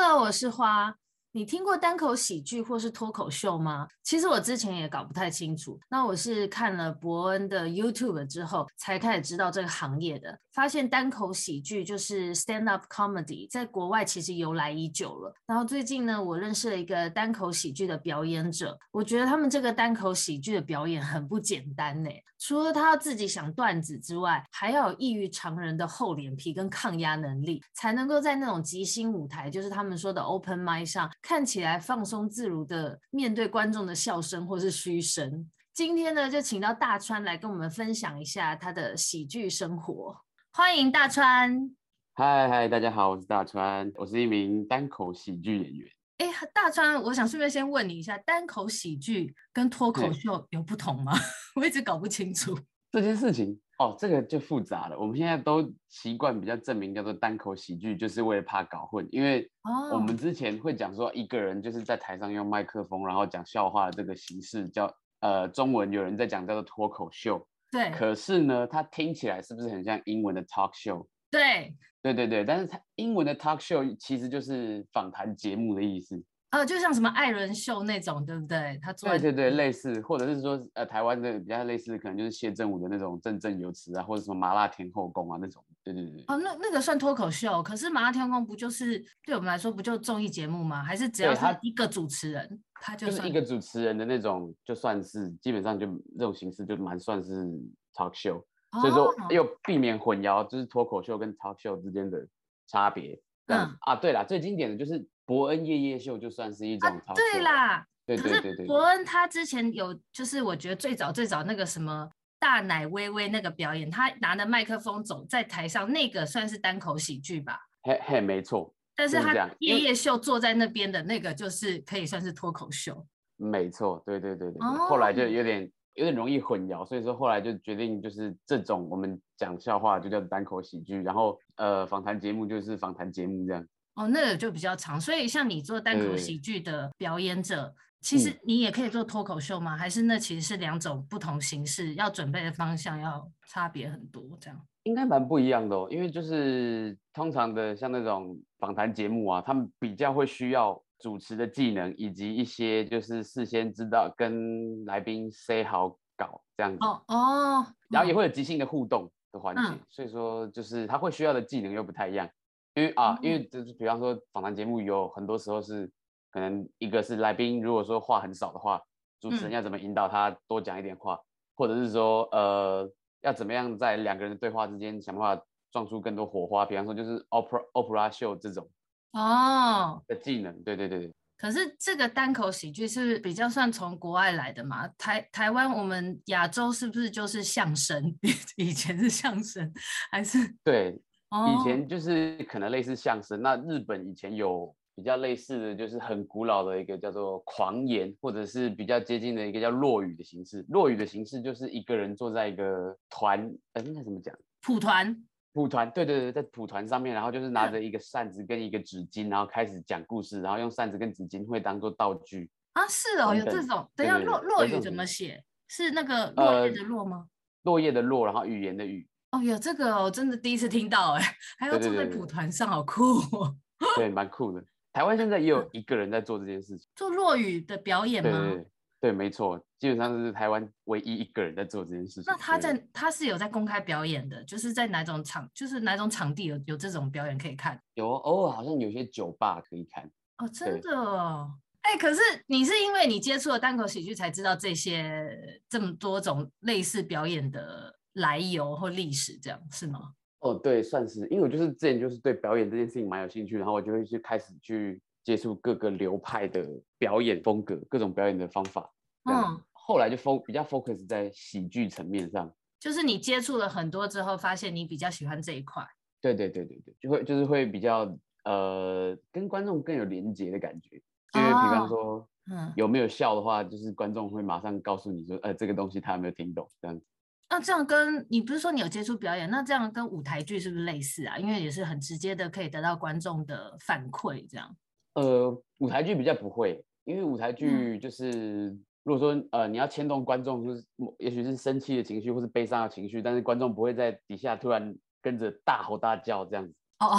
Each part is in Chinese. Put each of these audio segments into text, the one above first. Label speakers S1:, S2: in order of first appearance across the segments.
S1: 喽，我是花。你听过单口喜剧或是脱口秀吗？其实我之前也搞不太清楚。那我是看了伯恩的 YouTube 之后，才开始知道这个行业的。发现单口喜剧就是 stand up comedy，在国外其实由来已久了。然后最近呢，我认识了一个单口喜剧的表演者，我觉得他们这个单口喜剧的表演很不简单呢。除了他要自己想段子之外，还要有异于常人的厚脸皮跟抗压能力，才能够在那种即兴舞台，就是他们说的 open mic 上。看起来放松自如的面对观众的笑声或是嘘声。今天呢，就请到大川来跟我们分享一下他的喜剧生活。欢迎大川！
S2: 嗨嗨，大家好，我是大川，我是一名单口喜剧演员。
S1: 哎，大川，我想顺便先问你一下，单口喜剧跟脱口
S2: 对
S1: 秀有不同吗？ 我一直搞不清楚。
S2: 这件事情哦，这个就复杂了。我们现在都习惯比较证明叫做单口喜剧，就是为了怕搞混，因为
S1: 哦，
S2: 我们之前会讲说一个人就是在台上用麦克风，然后讲笑话的这个形式叫呃中文有人在讲叫做脱口秀，
S1: 对
S2: 可是呢，它听起来是不是很像英文的 talk show？
S1: 对，
S2: 对对对，但是它英文的 talk show 其实就是访谈节目的意思。
S1: 呃，就像什么艾伦秀那种，对不对？嗯他做
S2: 对对对，类似，或者是说，呃，台湾的比较类似，可能就是谢振武的那种振振有词啊，或者什么麻辣甜后宫啊那种。对对对，
S1: 哦，那那个算脱口秀，可是《麻辣天空》不就是对我们来说不就综艺节目吗？还是只要
S2: 对它
S1: 是一个主持人，他就
S2: 就是
S1: 算
S2: 一个主持人的那种，就算是基本上就这种形式，就蛮算是 talk show，、所以说
S1: 哦
S2: 又避免混淆，就是脱口秀跟 talk show 之间的差别。这样子
S1: 嗯
S2: 啊，对啦，最经典的就是伯恩夜夜秀，就算是一种 talk show、
S1: 啊对，啦，
S2: 对
S1: 可
S2: 对对
S1: 是
S2: 对，
S1: 伯恩他之前有，就是我觉得最早最早那个什么大奶微微那个表演，他拿着麦克风走在台上，那个算是单口喜剧吧。
S2: 嘿嘿，没错，
S1: 但是
S2: 就是
S1: 他
S2: 这样因
S1: 夜
S2: 为
S1: 夜秀坐在那边的那个，就是可以算是脱口秀。
S2: 没错，对对对对对，后来就
S1: 哦
S2: 有点有点容易混淆，所以说后来就决定就是这种我们讲笑话就叫单口喜剧，然后呃访谈节目就是访谈节目这样。
S1: 哦，那个就比较长，所以像你做单口
S2: 对嗯
S1: 喜剧的表演者，其实你也可以做脱口秀吗？还是那其实是两种不同形式，要准备的方向要差别很多，这样。
S2: 应该蛮不一样的哦，因为就是通常的像那种访谈节目啊，他们比较会需要主持的技能，以及一些就是事先知道跟来宾 say 好稿这样子，
S1: 哦哦，
S2: 然后也
S1: 嗯
S2: 会有即兴的互动的环节，
S1: 嗯
S2: 所以说就是他会需要的技能又不太一样，因为啊，因
S1: 嗯
S2: 为就是比方说访谈节目有很多时候是可能一个是来宾如果说话很少的话，主持
S1: 嗯
S2: 人要怎么引导他多讲一点话，或者是说呃要怎么样在两个人的对话之间想办法撞出更多火花，比方说就是 opera opera show 这种
S1: 哦，
S2: 的技能，对对对对，
S1: 可是这个单口喜剧是比较算从国外来的嘛？台台湾我们亚洲是不是就是相声？ 以前是相声还是
S2: 对，
S1: 哦？
S2: 以前就是可能类似相声，那日本以前有比较类似的就是很古老的一个叫做狂言，或者是比较接近的一个叫落语的形式。落语的形式就是一个人坐在一个团，呃，应该怎么讲？
S1: 蒲团
S2: 蒲团，对对对，在蒲团上面，然后就是拿着一个扇子跟一个纸巾，然后开始讲故事，然后用扇子跟纸巾会当做道具。
S1: 啊，是哦，
S2: 等
S1: 有这
S2: 等
S1: 种。等一
S2: 对
S1: 下，
S2: 对
S1: 落
S2: 对
S1: 落
S2: 有这
S1: 雨
S2: 种
S1: 怎
S2: 东
S1: 么
S2: 西
S1: 写？是那个落叶的
S2: 呃
S1: 落吗？
S2: 落叶的落，然后语言的语，
S1: 哦，有这个哦，真的第一次听到哎， 还要
S2: 对对
S1: 坐在
S2: 对对
S1: 蒲团上，好酷哦！
S2: 对，蛮酷的。台湾现在也有一个人在做这 件事情，
S1: 做落雨的表演
S2: 对
S1: 吗？
S2: 对对对，没错，基本上是台湾唯一一个人在做这件事情。
S1: 那他
S2: 对对
S1: 在他是有在公开表演的，就是在哪种场，就是哪种场地有有这种表演可以看
S2: 有哦偶尔好像有些酒吧可以看，
S1: 哦，真
S2: 对
S1: 的哦。哎，可是你是因为你接触了单口喜剧才知道这些这么多种类似表演的来由或历史，这样是吗？
S2: 哦，对，算是，因为我就是之前就是对表演这件事情蛮有兴趣，然后我就会去开始去接触各个流派的表演风格，各种表演的方法。这样
S1: 嗯，
S2: 后来就 f 比较 focus 在喜剧层面上，
S1: 就是你接触了很多之后，发现你比较喜欢这一块。
S2: 对对对对对，就会就是会比较呃跟观众更有连结的感觉，因为比
S1: 哦
S2: 方说
S1: 嗯，
S2: 有没有笑的话，就是观众会马上告诉你说，呃，这个东西他有没有听懂这样子。
S1: 那这样跟你不是说你有接触表演，那这样跟舞台剧是不是类似啊？因为也是很直接的，可以得到观众的反馈，这样。
S2: 呃，舞台剧比较不会，因为舞
S1: 嗯
S2: 台剧就是、如果说呃你要牵动观众，就是某也许是生气的情绪或是悲伤的情绪，但是观众不会在底下突然跟着大吼大叫这样子。
S1: 哦哦，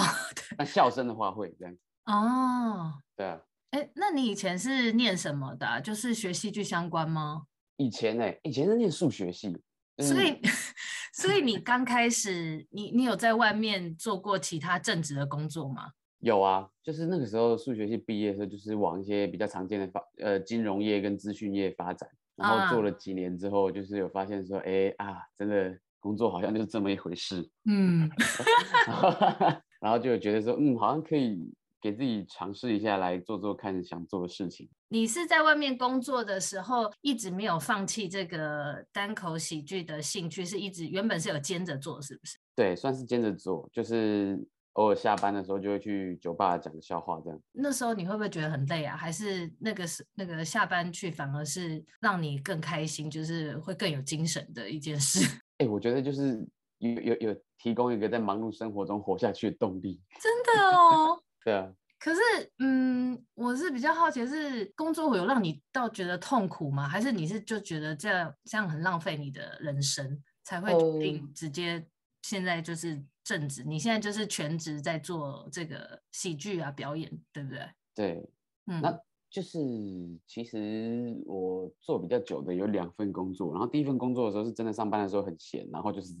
S2: 那笑声的话会这样子，
S1: 哦，
S2: 对啊，
S1: 哎，那你以前是念什么的啊、就是学戏剧相关吗？
S2: 以前哎、以前是念数学系，就是
S1: 所以， 所以你刚开始，你你有在外面做过其他正职的工作吗？
S2: 有啊，就是那个时候数学系毕业的时候，就是往一些比较常见的发呃金融业跟资讯业发展，然后做
S1: 啊
S2: 了几年之后，就是有发现说，哎啊，真的工作好像就是这么一回事，
S1: 嗯，
S2: 然后就有觉得说，嗯，好像可以给自己尝试一下来做做看想做的事情。
S1: 你是在外面工作的时候一直没有放弃这个单口喜剧的兴趣，是一直原本是有兼着做，是不是？
S2: 对，算是兼着做，就是偶尔下班的时候就会去酒吧讲个笑话这样。
S1: 那时候你会不会觉得很累啊？还是那个是那个下班去反而是让你更开心，就是会更有精神的一件事？
S2: 哎，我觉得就是有有有提供一个在忙碌生活中活下去的动力。
S1: 真的哦。
S2: 对啊，
S1: 可是，嗯，我是比较好奇的是，工作会有让你到觉得痛苦吗？还是你是就觉得这样这样很浪费你的人生，才会决定直接现在就是正职？你现在就是全职在做这个喜剧啊表演，对不对？
S2: 对，
S1: 嗯
S2: 那就是其实我做比较久的有两份工作，然后第一份工作的时候是真的上班的时候很闲，然后就是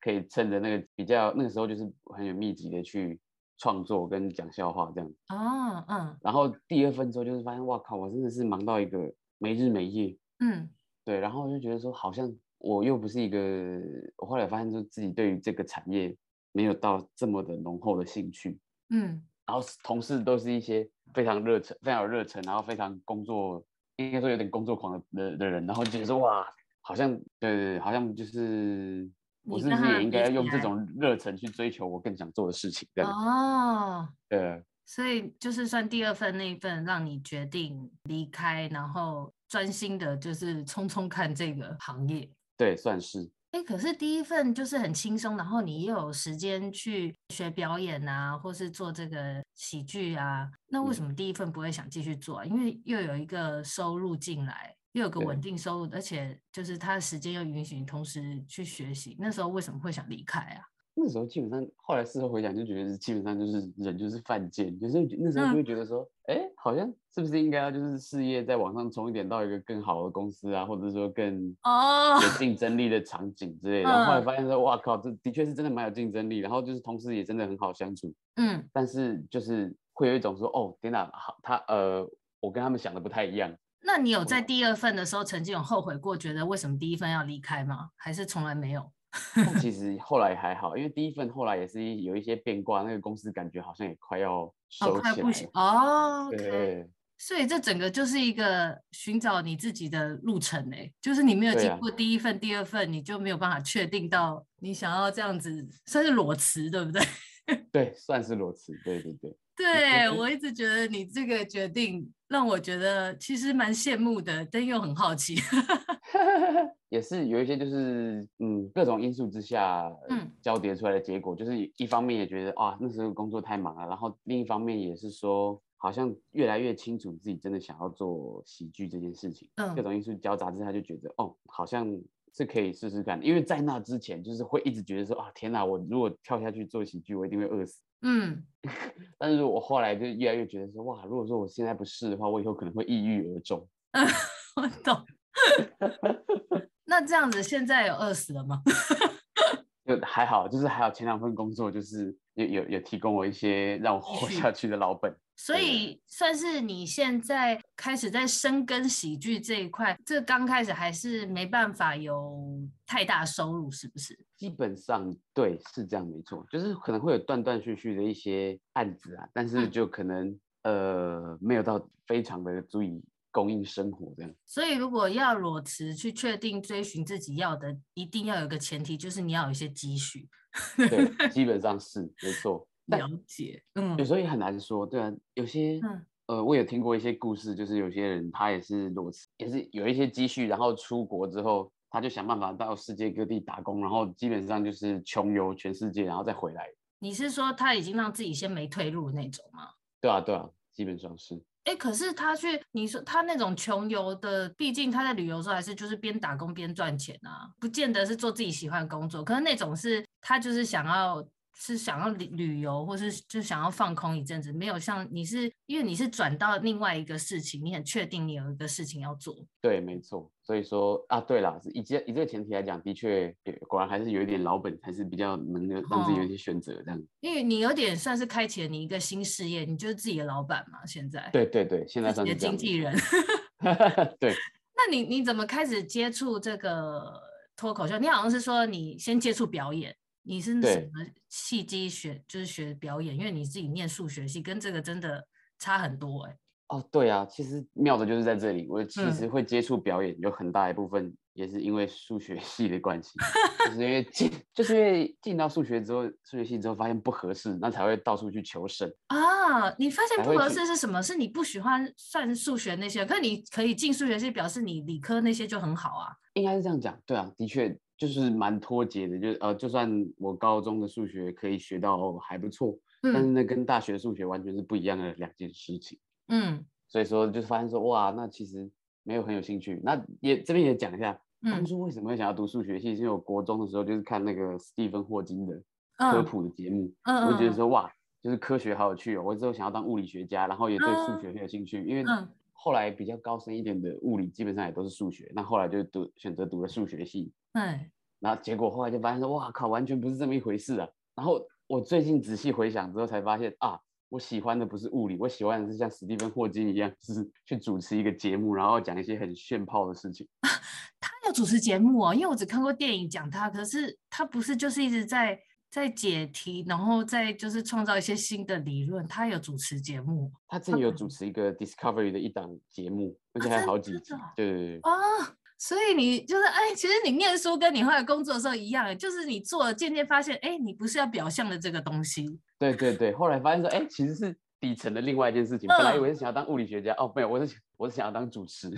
S2: 可以趁着那个比较那个时候就是很有密集的去创作跟讲笑话这样。
S1: 哦，嗯
S2: 然后第二份之后就是发现，哇靠，我真的是忙到一个没日没夜。
S1: 嗯
S2: 对，然后我就觉得说，好像我又不是一个，我后来发现说自己对于这个产业没有到这么的浓厚的兴趣。
S1: 嗯
S2: 然后是同事都是一些非常热忱、非常有热忱，然后非常工作，应该说有点工作狂的的的人，然后就觉得说哇，好像对对对，好像就是我
S1: 你
S2: 是不
S1: 跟
S2: 是
S1: 他
S2: 也应
S1: 比
S2: 该要
S1: 起
S2: 用这
S1: 来
S2: 种热忱去追求我更想做的事情？这样，
S1: 哦，
S2: 呃，
S1: 所以就是算第二份那一份让你决定离开，然后专心的就是冲冲看这个行业。
S2: 对，算是
S1: 哎，可是第一份就是很轻松，然后你又有时间去学表演啊，或是做这个喜剧啊，那为什么第一份不会想继续做啊？因为又有一个收入进来，又有个稳定收入，而且就是他的时间又允许你同时去学习。那时候为什么会想离开啊？
S2: 那时候基本上，后来事后回想就觉得是基本上就是人就是犯贱，就是那时候
S1: 嗯
S2: 就会觉得说，哎、好像是不是应该要就是事业再往上冲一点，到一个更好的公司啊，或者说更
S1: 哦
S2: 有竞争力的场景之类的。然后后来
S1: 嗯
S2: 发现说，哇靠，这的确是真的蛮有竞争力，然后就是同时也真的很好相处，
S1: 嗯
S2: 但是就是会有一种说，哦天哪，好他呃，我跟他们想的不太一样。
S1: 那你有在
S2: 我
S1: 第二份的时候曾经有后悔过，觉得为什么第一份要离开吗？还是从来没有？
S2: 但其实后来还好，因为第一份后来也是一有一些变卦，那个公司感觉好像也快要
S1: 哦，
S2: 收
S1: 快
S2: 起来
S1: 不行
S2: 了。
S1: 哦
S2: 对对
S1: ，OK。
S2: 对
S1: 所以这整个就是一个寻找你自己的路程诶、就是你没有
S2: 对
S1: 经
S2: 啊
S1: 过第一份、第二份，你就没有办法确定到你想要这样子，算是裸辞，对不 对？
S2: 对，算是裸辞，对对对，
S1: 对我一直觉得你这个决定让我觉得其实蛮羡慕的，但又很好奇。
S2: 也是有一些就是嗯各种因素之下，
S1: 嗯
S2: 嗯交叠出来的结果，就是一方面也觉得啊那时候工作太忙了，然后另一方面也是说好像越来越清楚自己真的想要做喜剧这件事情，各
S1: 嗯
S2: 种因素交杂之下就觉得哦好像是可以试试看的，因为在那之前就是会一直觉得说啊天哪，我如果跳下去做喜剧，我一定会饿死。
S1: 嗯，
S2: 但是我后来就越来越觉得说哇，如果说我现在不试的话，我以后可能会抑郁而终。
S1: 我懂。 那这样子现在有饿死了吗？
S2: 就还好，就是还好前两份工作就是有有有提供我一些让我
S1: 积
S2: 活
S1: 蓄
S2: 下去的老本。
S1: 所
S2: 对对
S1: 以算是你现在开始在深耕喜剧这一块，这刚开始还是没办法有太大收入，是不是？
S2: 基本上对是这样没错，就是可能会有断断续续的一些案子啊，但是
S1: 嗯
S2: 就可能、呃没有到非常的足以供应生活这样。
S1: 所以如果要裸辞去确定追寻自己要的，一定要有个前提，就是你要有一些积蓄。
S2: 对，基本上是没错。但
S1: 了解，
S2: 有
S1: 嗯
S2: 时候也很难说，对啊，有些、
S1: 嗯
S2: 呃，我有听过一些故事，就是有些人他也是裸辞，也是有一些积蓄，然后出国之后，他就想办法到世界各地打工，然后基本上就是穷游全世界，然后再回来。
S1: 你是说他已经让自己先没退路那种吗？
S2: 对啊，对啊，基本上是。
S1: 哎，可是他去，你说他那种穷游的，毕竟他在旅游的时候还是就是边打工边赚钱啊，不见得是做自己喜欢的工作。可是那种是他就是想要是想要旅旅游，或是就想要放空一阵子，没有像你是因为你是转到另外一个事情，你很确定你有一个事情要做。
S2: 对，没错。所以说啊，对啦，以这以这个前提来讲，的确也果然还是有一点老本，还是比较能够让自
S1: 哦
S2: 己有一些选择这样。
S1: 因为你有点算是开启了你一个新事业，你就是自己的老板嘛，现在
S2: 对对对，现在
S1: 自
S2: 算
S1: 己
S2: 是
S1: 的
S2: 这
S1: 经
S2: 样
S1: 纪人。
S2: 子。对，
S1: 那你你怎么开始接触这个脱口秀？你好像是说你先接触表演，你是什
S2: 对
S1: 么契机学就是学表演？因为你自己念数学系，跟这个真的差很多哎、
S2: 哦，对啊，其实妙的就是在这里。我其
S1: 嗯
S2: 实会接触表演，有很大一部分也是因为数学系的 关系，就是因为进，就是因为进到数学之后，数学系之后发现不合适，那才会到处去求生。
S1: 啊，你发现
S2: 还
S1: 不
S2: 会
S1: 合
S2: 去
S1: 适是什么？是你不喜欢算数学那些，可你可以进数学系，表示你理科那些就很好啊。
S2: 应该是这样讲，对啊，的确就是蛮脱节的。就是呃，就算我高中的数学可以学到还不错，但是
S1: 嗯
S2: 那跟大学数学完全是不一样的两件事情。
S1: 嗯
S2: 所以说，就是发现说，哇，那其实没有很有兴趣。那也这边也讲一下，当
S1: 嗯
S2: 初为什么会想要读数学系，是因为我国中的时候就是看那个斯蒂芬霍金的科
S1: 嗯
S2: 普的节目，我就觉得
S1: 嗯
S2: 说，哇，就是科学好有趣哦。我之后想要当物理学家，然后也对
S1: 啊
S2: 数学很有兴趣，因为
S1: 嗯
S2: 后来比较高深一点的物理基本上也都是数学。那后来就读选择读了数学系，
S1: 嗯，
S2: 然后结果后来就发现说，哇靠，完全不是这么一回事啊。然后我最近仔细回想之后才发现啊，我喜欢的不是物理，我喜欢的是像史蒂芬霍金一样，就是去主持一个节目，然后讲一些很炫炮的事情。
S1: 他有主持节目哦，因为我只看过电影讲他，可是他不是就是一直在在解题，然后再就是创造一些新的理论，他有主持节目
S2: 他之前有主持一个 Discovery 的一档节目，
S1: 嗯
S2: 而
S1: 啊
S2: 且还
S1: 真
S2: 有好
S1: 的
S2: 几集
S1: 哦。
S2: 对对对，
S1: 哦。所以你就是哎，其实你念书跟你后来工作的时候一样，就是你做了渐渐发现，哎，你不是要表象的这个东西，
S2: 对对对，后来发现说，哎，其实是底层的另外一件事情。本来
S1: 嗯
S2: 以为是想要当物理学家，哦，没有，我是想我是想要当 主持。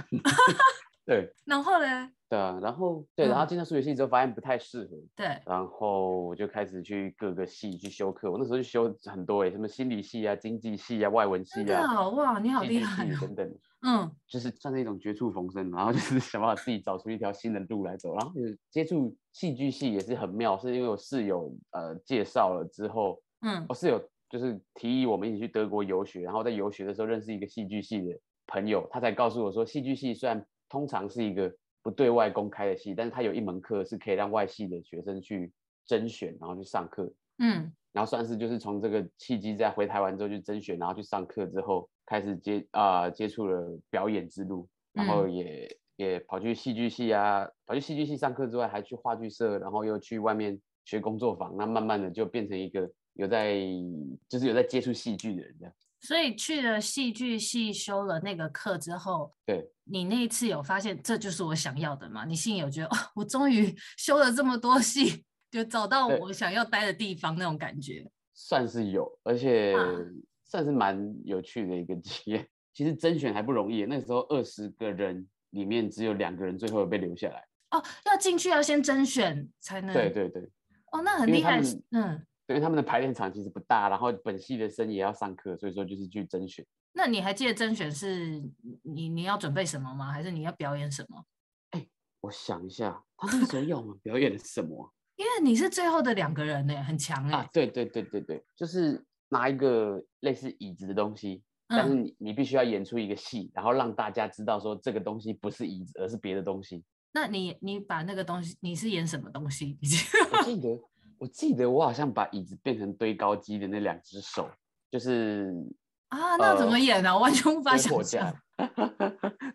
S2: 对
S1: 然后呢，
S2: 对啊，然后对，然后
S1: 嗯
S2: 进到数学系之后发现不太适合，
S1: 对，
S2: 然后我就开始去各个系去修课。我那时候就修很多诶，什么心理系啊、经济系啊、外文系
S1: 真的
S2: 啊、
S1: 哦哇，你好
S2: 戏剧
S1: 厉害
S2: 系
S1: 哦，
S2: 等等，
S1: 嗯
S2: 就是算是一种绝处逢生，然后就是想办法自己找出一条新的路来走。然后就是接触戏剧系也是很妙，是因为我室友呃介绍了之后，
S1: 嗯
S2: 我室友就是提议我们一起去德国游学，然后在游学的时候认识一个戏剧系的朋友，他才告诉我说，戏剧系虽然通常是一个不对外公开的系，但是他有一门课是可以让外系的学生去甄选，然后去上课，
S1: 嗯
S2: 然后算是就是从这个契机，在回台湾之后去甄选，然后去上课之后开始接啊、接触了表演之路，然后
S1: 嗯
S2: 也、也跑去戏剧系啊，跑去戏剧系上课之外，还去话剧社，然后又去外面学工作坊，那慢慢的就变成一个有在就是有在接触戏剧的人这样。
S1: 所以去了戏剧系修了那个课之后，
S2: 对，
S1: 你那一次有发现这就是我想要的吗？你心里有觉得，哦，我终于 修了这么多戏， 就找到
S2: 对
S1: 我想要待的地方那种感觉。
S2: 算是有，而且
S1: 啊
S2: 算是蛮有趣的一个经验。 其实甄选还不容易，那时候二十个人里面只有两个人最后有被留下来。
S1: 哦，要进去要先甄选才能。
S2: 对。对对，
S1: 哦，那很
S2: 因为
S1: 厉
S2: 他
S1: 害
S2: 们。
S1: 嗯，
S2: 因为他们的排练场其实不大，然后本系的生也要上课，所以说就是去甄选。
S1: 那你还记得甄选是你你要准备什么吗？还是你要表演什么？
S2: 我想一下，他那时候要我们表演了什么
S1: 因为你是最后的两个人呢，很强
S2: 啊？
S1: 哎
S2: 啊。对对对对对，就是拿一个类似椅子的东西，但是
S1: 嗯，
S2: 你你必须要演出一个戏，然后让大家知道说这个东西不是椅子，而是别的东西。
S1: 那你你把那个东西，你是演什么东西？ 你记得
S2: 我记得，我记得我好像把椅子变成堆高机的那两只手，就是
S1: 啊，那怎
S2: 呃
S1: 么演呢、我完全无法
S2: 挥
S1: 想
S2: 霍
S1: 象。
S2: 架。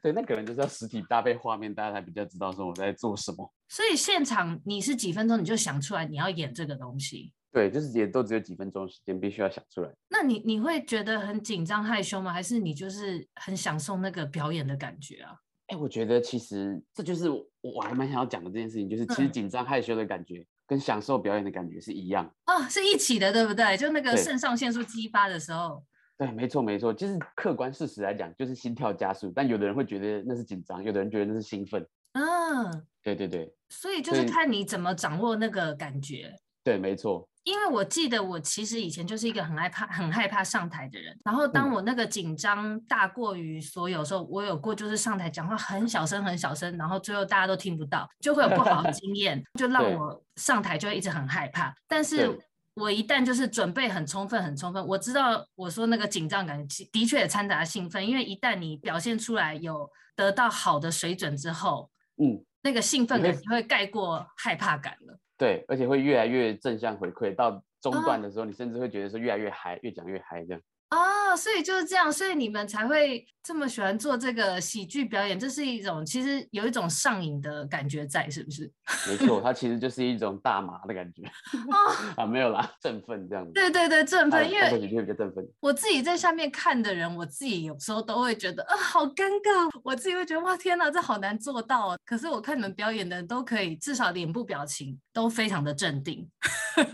S2: 对，那可能就是要实体搭配画面，大家才比较知道说我在做什么。
S1: 所以现场你是几分钟你就想出来你要演这个东西，
S2: 对，就是也都只有几分钟时间，必须要想出来。
S1: 那你你会觉得很紧张害羞吗？还是你就是很享受那个表演的感觉啊？
S2: 哎，我觉得其实这就是我我还蛮想要讲的这件事情，就是其实
S1: 嗯
S2: 紧张害羞的感觉跟享受表演的感觉是一样。
S1: 啊，是一起的，对不对？就那个
S2: 对
S1: 肾上腺素激发的时候，
S2: 对，没错没错，就是客观事实来讲，就是心跳加速，但有的人会觉得那是紧张，有的人觉得那是兴奋。
S1: 嗯，
S2: 对对对
S1: 所以就是
S2: 对
S1: 看你怎么掌握那个感觉。
S2: 对，没错。
S1: 因为我记得我其实以前就是一个很害怕、很害怕上台的人。然后当
S2: 嗯
S1: 我那个紧张大过于所有的时候，我有过就是上台讲话很小声、很小声，然后最后大家 都听不到，就会有不好的经验，就让
S2: 对
S1: 我上台就会一直很害怕。但是
S2: 对
S1: 我一旦就是准备很充分、很充分，我知道我说那个紧张感其的确也掺杂兴奋，因为一旦你表现出来有得到好的水准之后，
S2: 嗯，
S1: 那个兴奋感
S2: 你会
S1: 就会盖过害怕感了。
S2: 对，而且会越来越正向回馈，到中
S1: 啊
S2: 段的时候，你甚至会觉得说越来越嗨，越讲越嗨这样。
S1: 哦，所以就是这样，所以你们才会这么喜欢做这个喜剧表演，这是一种其实有一种上瘾的感觉在，是不是？
S2: 没错，它其实就是一种大麻的感 觉
S1: 哦，
S2: 啊，没有啦， 振奋这样子。
S1: 对对对，振
S2: 啊
S1: 奋，因
S2: 单口
S1: 为
S2: 喜剧会比较振奋。
S1: 我自己在下面看的人，我自己有时候都会觉得啊、好尴尬，我自己会觉得哇，天哪，这好难做到哦。可是我看你们表演的人都可以，至少脸部表情都非常的镇定。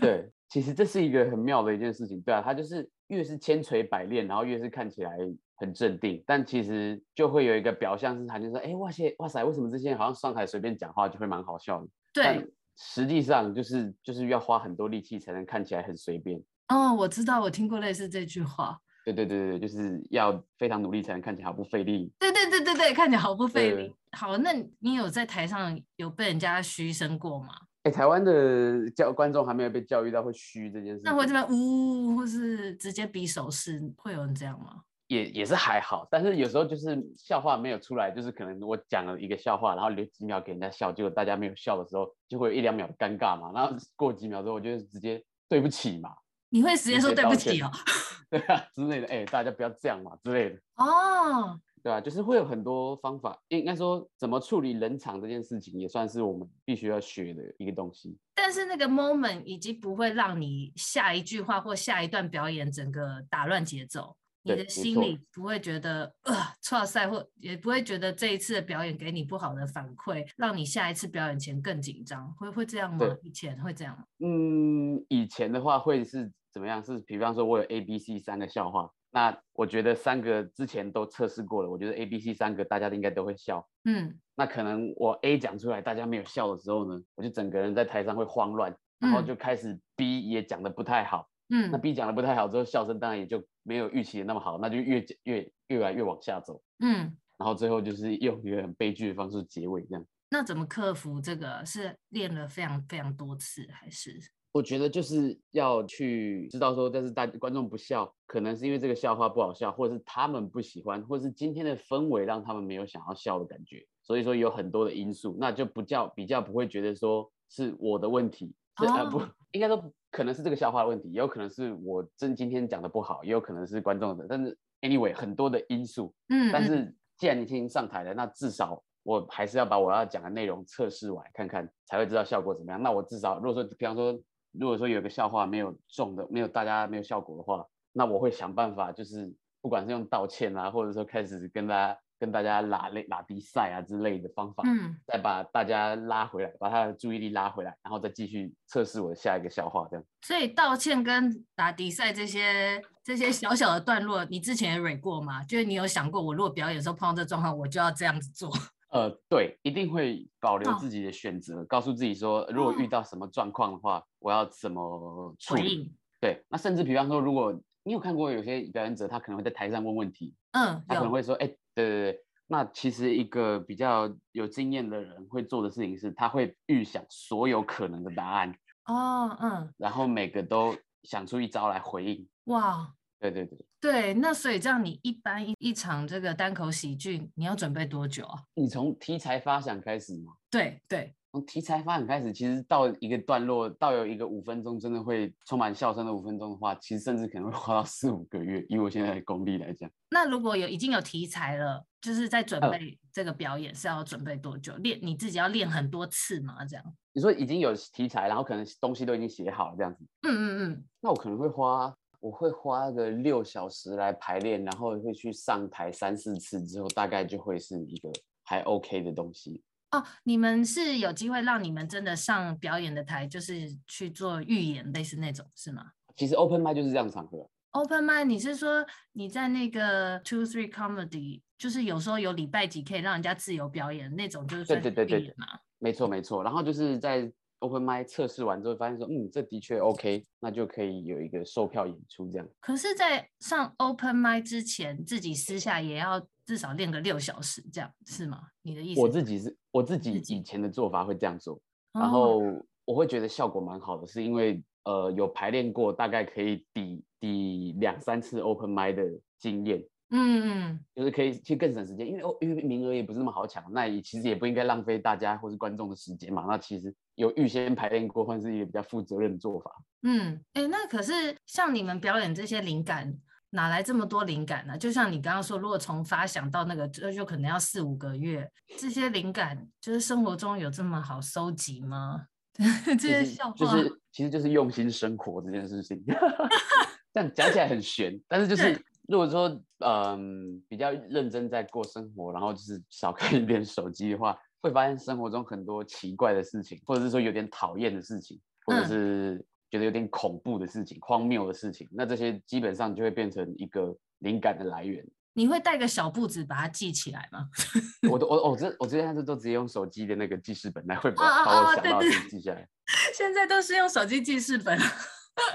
S2: 对，其实这是一个很妙的一件事情，对啊，它就是越是千锤百炼，然后越是看起来很镇定，但其实就会有一个表象是，他就说，哎，哇塞，哇塞，为什么这些人好像上台随便讲话就会蛮好笑的？
S1: 对
S2: 但，实际上就是就是要花很多力气才能看起来很随便。
S1: 哦，我知道，我听过类似这句话。
S2: 对对对对，就是要非常努力才能看起来毫不费力。
S1: 对对对对对，看起来毫不费
S2: 对
S1: 力。好，那你有在台上有被人家嘘声过吗？
S2: 哎，台湾的教观众还没有被教育到会虚这件事情，
S1: 那会这边呜，或是直接比手势，会有人这样吗？
S2: 也也是还好，但是有时候就是笑话没有出来，就是可能我讲了一个笑话，然后留几秒给人家笑，结果大家没有笑的时候，就会有一两秒的尴尬嘛。然后过几秒之后，我就直接对不起嘛，
S1: 你会直接
S2: 直
S1: 说
S2: 接
S1: 对
S2: 道
S1: 不
S2: 歉
S1: 起哦？
S2: 对啊之类的，哎、大家不要这样嘛之类的，
S1: 哦，
S2: 对啊，就是会有很多方法，应该说怎么处理冷场这件事情，也算是我们必须要学的一个东西。
S1: 但是那个 moment 已经不会让你下一句话或下一段表演整个打乱节奏，你
S2: 对
S1: 的
S2: 没
S1: 心
S2: 错
S1: 里不会觉得呃错赛，或也不会觉得这一次的表演给你不好的反馈，让你下一次表演前更紧张，会会这样吗
S2: 对？
S1: 以前会这样吗？
S2: 嗯，以前的话会是怎么样？是比方说我有 A、B、C 三个笑话，那我觉得三个之前都测试过了，我觉得 A、B、C 三个大家应该都会笑。
S1: 嗯，
S2: 那可能我 A 讲出来，大家没有笑的时候呢，我就整个人在台上会慌乱，然后
S1: 嗯
S2: 就开始 B 也讲的不太好。那
S1: 嗯
S2: B 讲的不太好之后，笑声当然也就没有预期的那么好，那就越讲越越来越往下走，
S1: 嗯，
S2: 然后最后就是用一个很悲剧的方式结尾这样。
S1: 那怎么克服这个？是练了非常非常多次，还是
S2: 我觉得就是要去知道说，但是大观众不笑，可能是因为这个笑话不好笑，或者是他们不喜欢，或者是今天的氛围让他们没有想要笑的感觉。所以说有很多的因素，那就不叫比较不会觉得说是我的问题，是、呃不
S1: 哦
S2: 应该说可能是这个笑话的问题，也有可能是我真今天讲的不好，也有可能是观众的，但是 anyway 很多的因素。
S1: 嗯，
S2: 但
S1: 嗯
S2: 是既然你已经上台了，那至少我还是要把我要讲的内容测试完，看看才会知道效果怎么样。那我至少如果说，比方说，如果说有一个笑话没有中的，没有大家没有效果的话，那我会想办法，就是不管是用道歉啊，或者说开始跟大家跟大家拉累拉比赛啊之类的方法，
S1: 嗯。
S2: 再把大家拉回来，把他的注意力拉回来，然后再继续测试我的下一个笑话，这样。
S1: 所以道歉跟打比赛这些这些小小的段落，你之前也蕊过吗？就是你有想过，我如果表演的时候碰到这状况，我就要这样子做。
S2: 呃，对，一定会保留
S1: 哦
S2: 自己的选择，告诉自己说，如果遇
S1: 哦
S2: 到什么状况的话，我要怎么处
S1: 回
S2: 理。
S1: 应，
S2: 对，那甚至比方说，如果你有看过有些表演者，他可能会在台上问问题，
S1: 嗯，
S2: 他可能
S1: 有，
S2: 会说，哎，对对对。那其实一个比较有经验的人会做的事情是，他会预想所有可能的答案，
S1: 哦，嗯，
S2: 然后每个都想出一招来回应。
S1: 哇，
S2: 对对对，
S1: 对，那所以这样，你一般一一场这个单口喜剧，你要准备多久啊？
S2: 你从题材发想开始嘛，
S1: 对对，
S2: 从题材发展开始，其实到一个段落，到有一个五分钟，真的会充满笑声的五分钟的话，其实甚至可能会花到四五个月。以我现在的功力来讲，
S1: 那如果有已经有题材了，就是在准
S2: 嗯
S1: 备这个表演是要准备多久？练你自己要练很多次吗？这样？
S2: 你说已经有题材，然后可能东西都已经写好了这样子，
S1: 嗯嗯嗯，
S2: 那我可能会花，我会花个六小时来排练，然后会去上台三四次之后，大概就会是一个还 OK 的东西。
S1: 哦，你们是有机会让你们真的上表演的台，就是去做预演，类似那种是吗
S2: 其实 open m i 就是这样的场合，
S1: ？Open m i d 你是说你在那个 Two Three Comedy，就是有时候有礼拜几可以让人家自由表演那种，就是算
S2: 对
S1: 是
S2: 对对
S1: 预
S2: 对
S1: 演嘛？
S2: 没错没错。然后就是在 open m i 测试完之后，发现说，嗯，这的确 OK，那就可以有一个售票演出这样。
S1: 可是，在上 Open m i d 之前，自己私下也要至少练个六小时，这样是吗？你的意思？
S2: 我自己是我自己
S1: 己
S2: 以前的做法会这样做，
S1: 哦
S2: 然后我会觉得效果蛮好的，是因为呃有排练过，大概可以抵抵两三次 open m i 的经验，
S1: 嗯嗯，
S2: 就是可以去更省时间，因为哦因为名额也不是那么好抢，那也其实也不应该浪费大家或是观众的时间嘛。那其实有预先排练过，算是一个比较负责任的做法。
S1: 嗯，哎，那可是像你们表演这些灵感，哪来这么多灵感呢、就像你刚刚说，如果从发想到那个，这就可能要四五个月。这些灵感就是生活中有这么好收集吗？ 这些
S2: 就是
S1: 笑话，
S2: 就是其实就是用心生活这件事 情。这样讲起来很悬，但是就
S1: 对
S2: 是如果说嗯比较认真在过生活，然后就是少看一点手机的话，会发现生活中很多奇怪的事情，或者是说有点讨厌的事情，或者
S1: 嗯
S2: 是觉得有点恐怖的事情、荒谬的事情，那这些基本上就会变成一个灵感的来源。
S1: 你会带个小簿子把它记起来吗？
S2: 我都我我这我之前是都直接用手机的那个记事本来会
S1: 哦哦
S2: 把把
S1: 哦
S2: 我想
S1: 对
S2: 到的
S1: 对
S2: 事情记下来。
S1: 现在都是用手机记事本。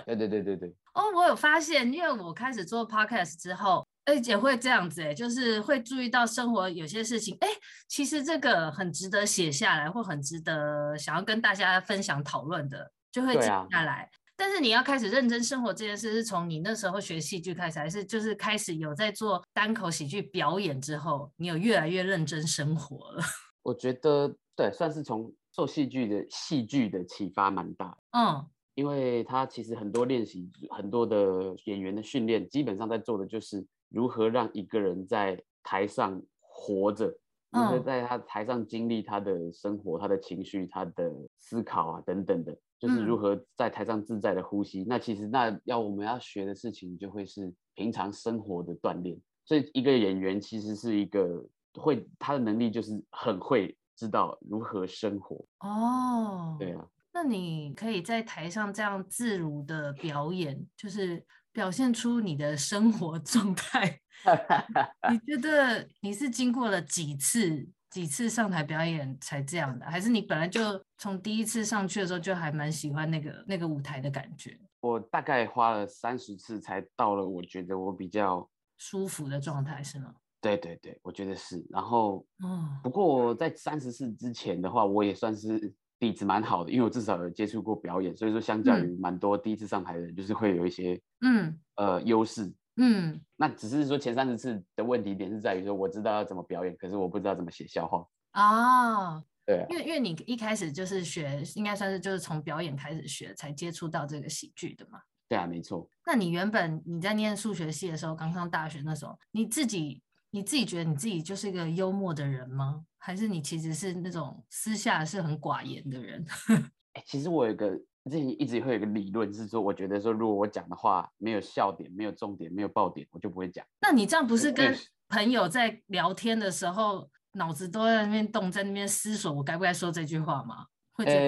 S2: 对对对对对，
S1: 哦，我有发现，因为我开始做 podcast 之后，哎，也会这样子，哎，就是会注意到生活有些事情，哎，其实这个很值得写下来，或很值得想要跟大家分享讨论的，就会
S2: 对
S1: 记
S2: 啊
S1: 下来。但是你要开始认真生活这件事，是从你那时候学戏剧开始，还是就是开始有在做单口喜剧表演之后，你有越来越认真生活了？
S2: 我觉得对，算是从做戏剧的戏剧的启发蛮大的，
S1: 嗯
S2: 因为他其实很多练习，很多的演员的训练，基本上在做的就是如何让一个人在台上活着。如何
S1: 嗯
S2: 在他台上经历他的生活、他的情绪、他的思考啊等等的，就是如
S1: 嗯
S2: 何在台上自在的呼吸。那其实那要我们要学的事情，就会是平常生活的锻炼。所以一个演员其实是一个会他的能力就是很会知道如何生活。
S1: 哦，
S2: 对啊，
S1: 那你可以在台上这样自如的表演，就是表现出你的生活 状 态。你觉得你是经过了几次几次上台表演才这样的，还是你本来就从第一次上去的时候就还蛮喜欢那个那个舞台的感觉，
S2: 我大概花了三十次才到了，我觉得我比较
S1: 舒服的状态是吗？
S2: 对对对，我觉得是。然后
S1: 哦，
S2: 不过在三十四之前的话，我也算是底子蛮好的，因为我至少有接触过表演，所以说相较
S1: 嗯
S2: 于蛮多第一次上台的人，就是会有一些
S1: 嗯
S2: 呃优势。
S1: 嗯，
S2: 那只是说前三十次的问题点是在于说，我知道要怎么表演，可是我不知道怎么写笑话。
S1: 哦，
S2: 对啊，
S1: 因为因为你一开始就是学，应该算是就是从表演开始学才接触到这个喜剧的嘛。
S2: 对啊，没错。
S1: 那你原本你在念数学系的时候，刚上大学那时候，你自己你自己觉得你自己就是一个幽默的人吗？还是你其实是那种私下是很寡言的人？
S2: 哎，其实我有一个之前一直会有一个理论是说，我觉得说如果我讲的话没有笑点、没有重点、没有爆点，我就不会讲。
S1: 那你这样不是
S2: 我
S1: 跟
S2: 也是
S1: 朋友在聊天的时候，脑子都在那边动，在那边思索我该不该说这句话吗？ 会这样？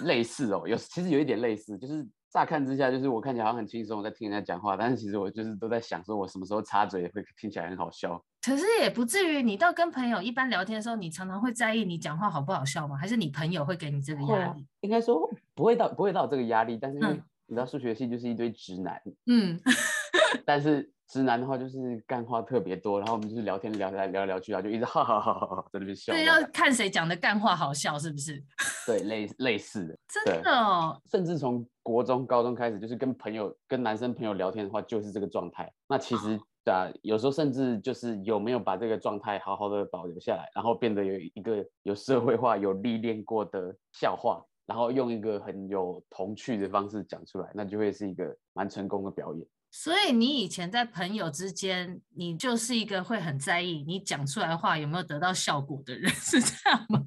S2: 呃，类似哦，有其实有一点类似，就是乍看之下，就是我看起来好像很轻松，我在听人家讲话，但是其实我就是都在想，说我什么时候插嘴会听起来很好笑。
S1: 可是也不至于，你到跟朋友一般聊天的时候，你常常会在意你讲话好不好笑吗？还是你朋友会给你这个
S2: 会
S1: 压
S2: 啊
S1: 力？
S2: 应该说不会到不会到有这个压力，但是因为
S1: 嗯
S2: 你知道数学系就是一堆直男，
S1: 嗯，
S2: 但是直男的话就是干话特别多，然后我们就是聊天聊来聊来聊去，然后就一直 哈哈哈哈哈哈在那边笑
S1: 所
S2: 这
S1: 以
S2: 样。
S1: 要看谁讲的干话好笑，是不是？
S2: 对类类似的，
S1: 真
S2: 对
S1: 的哦，
S2: 甚至从国中、高中开始，就是跟朋友、跟男生朋友聊天的话，就是这个状态。那其实啊、有时候甚至就是有没有把这个状态好好的保留下来，然后变得有一个有社会化、有历练过的笑话，然后用一个很有童趣的方式讲出来，那就会是一个蛮成功的表演。
S1: 所以你以前在朋友之间，你就是一个会很在意你讲出来的话有没有得到效果的人， 是这样吗？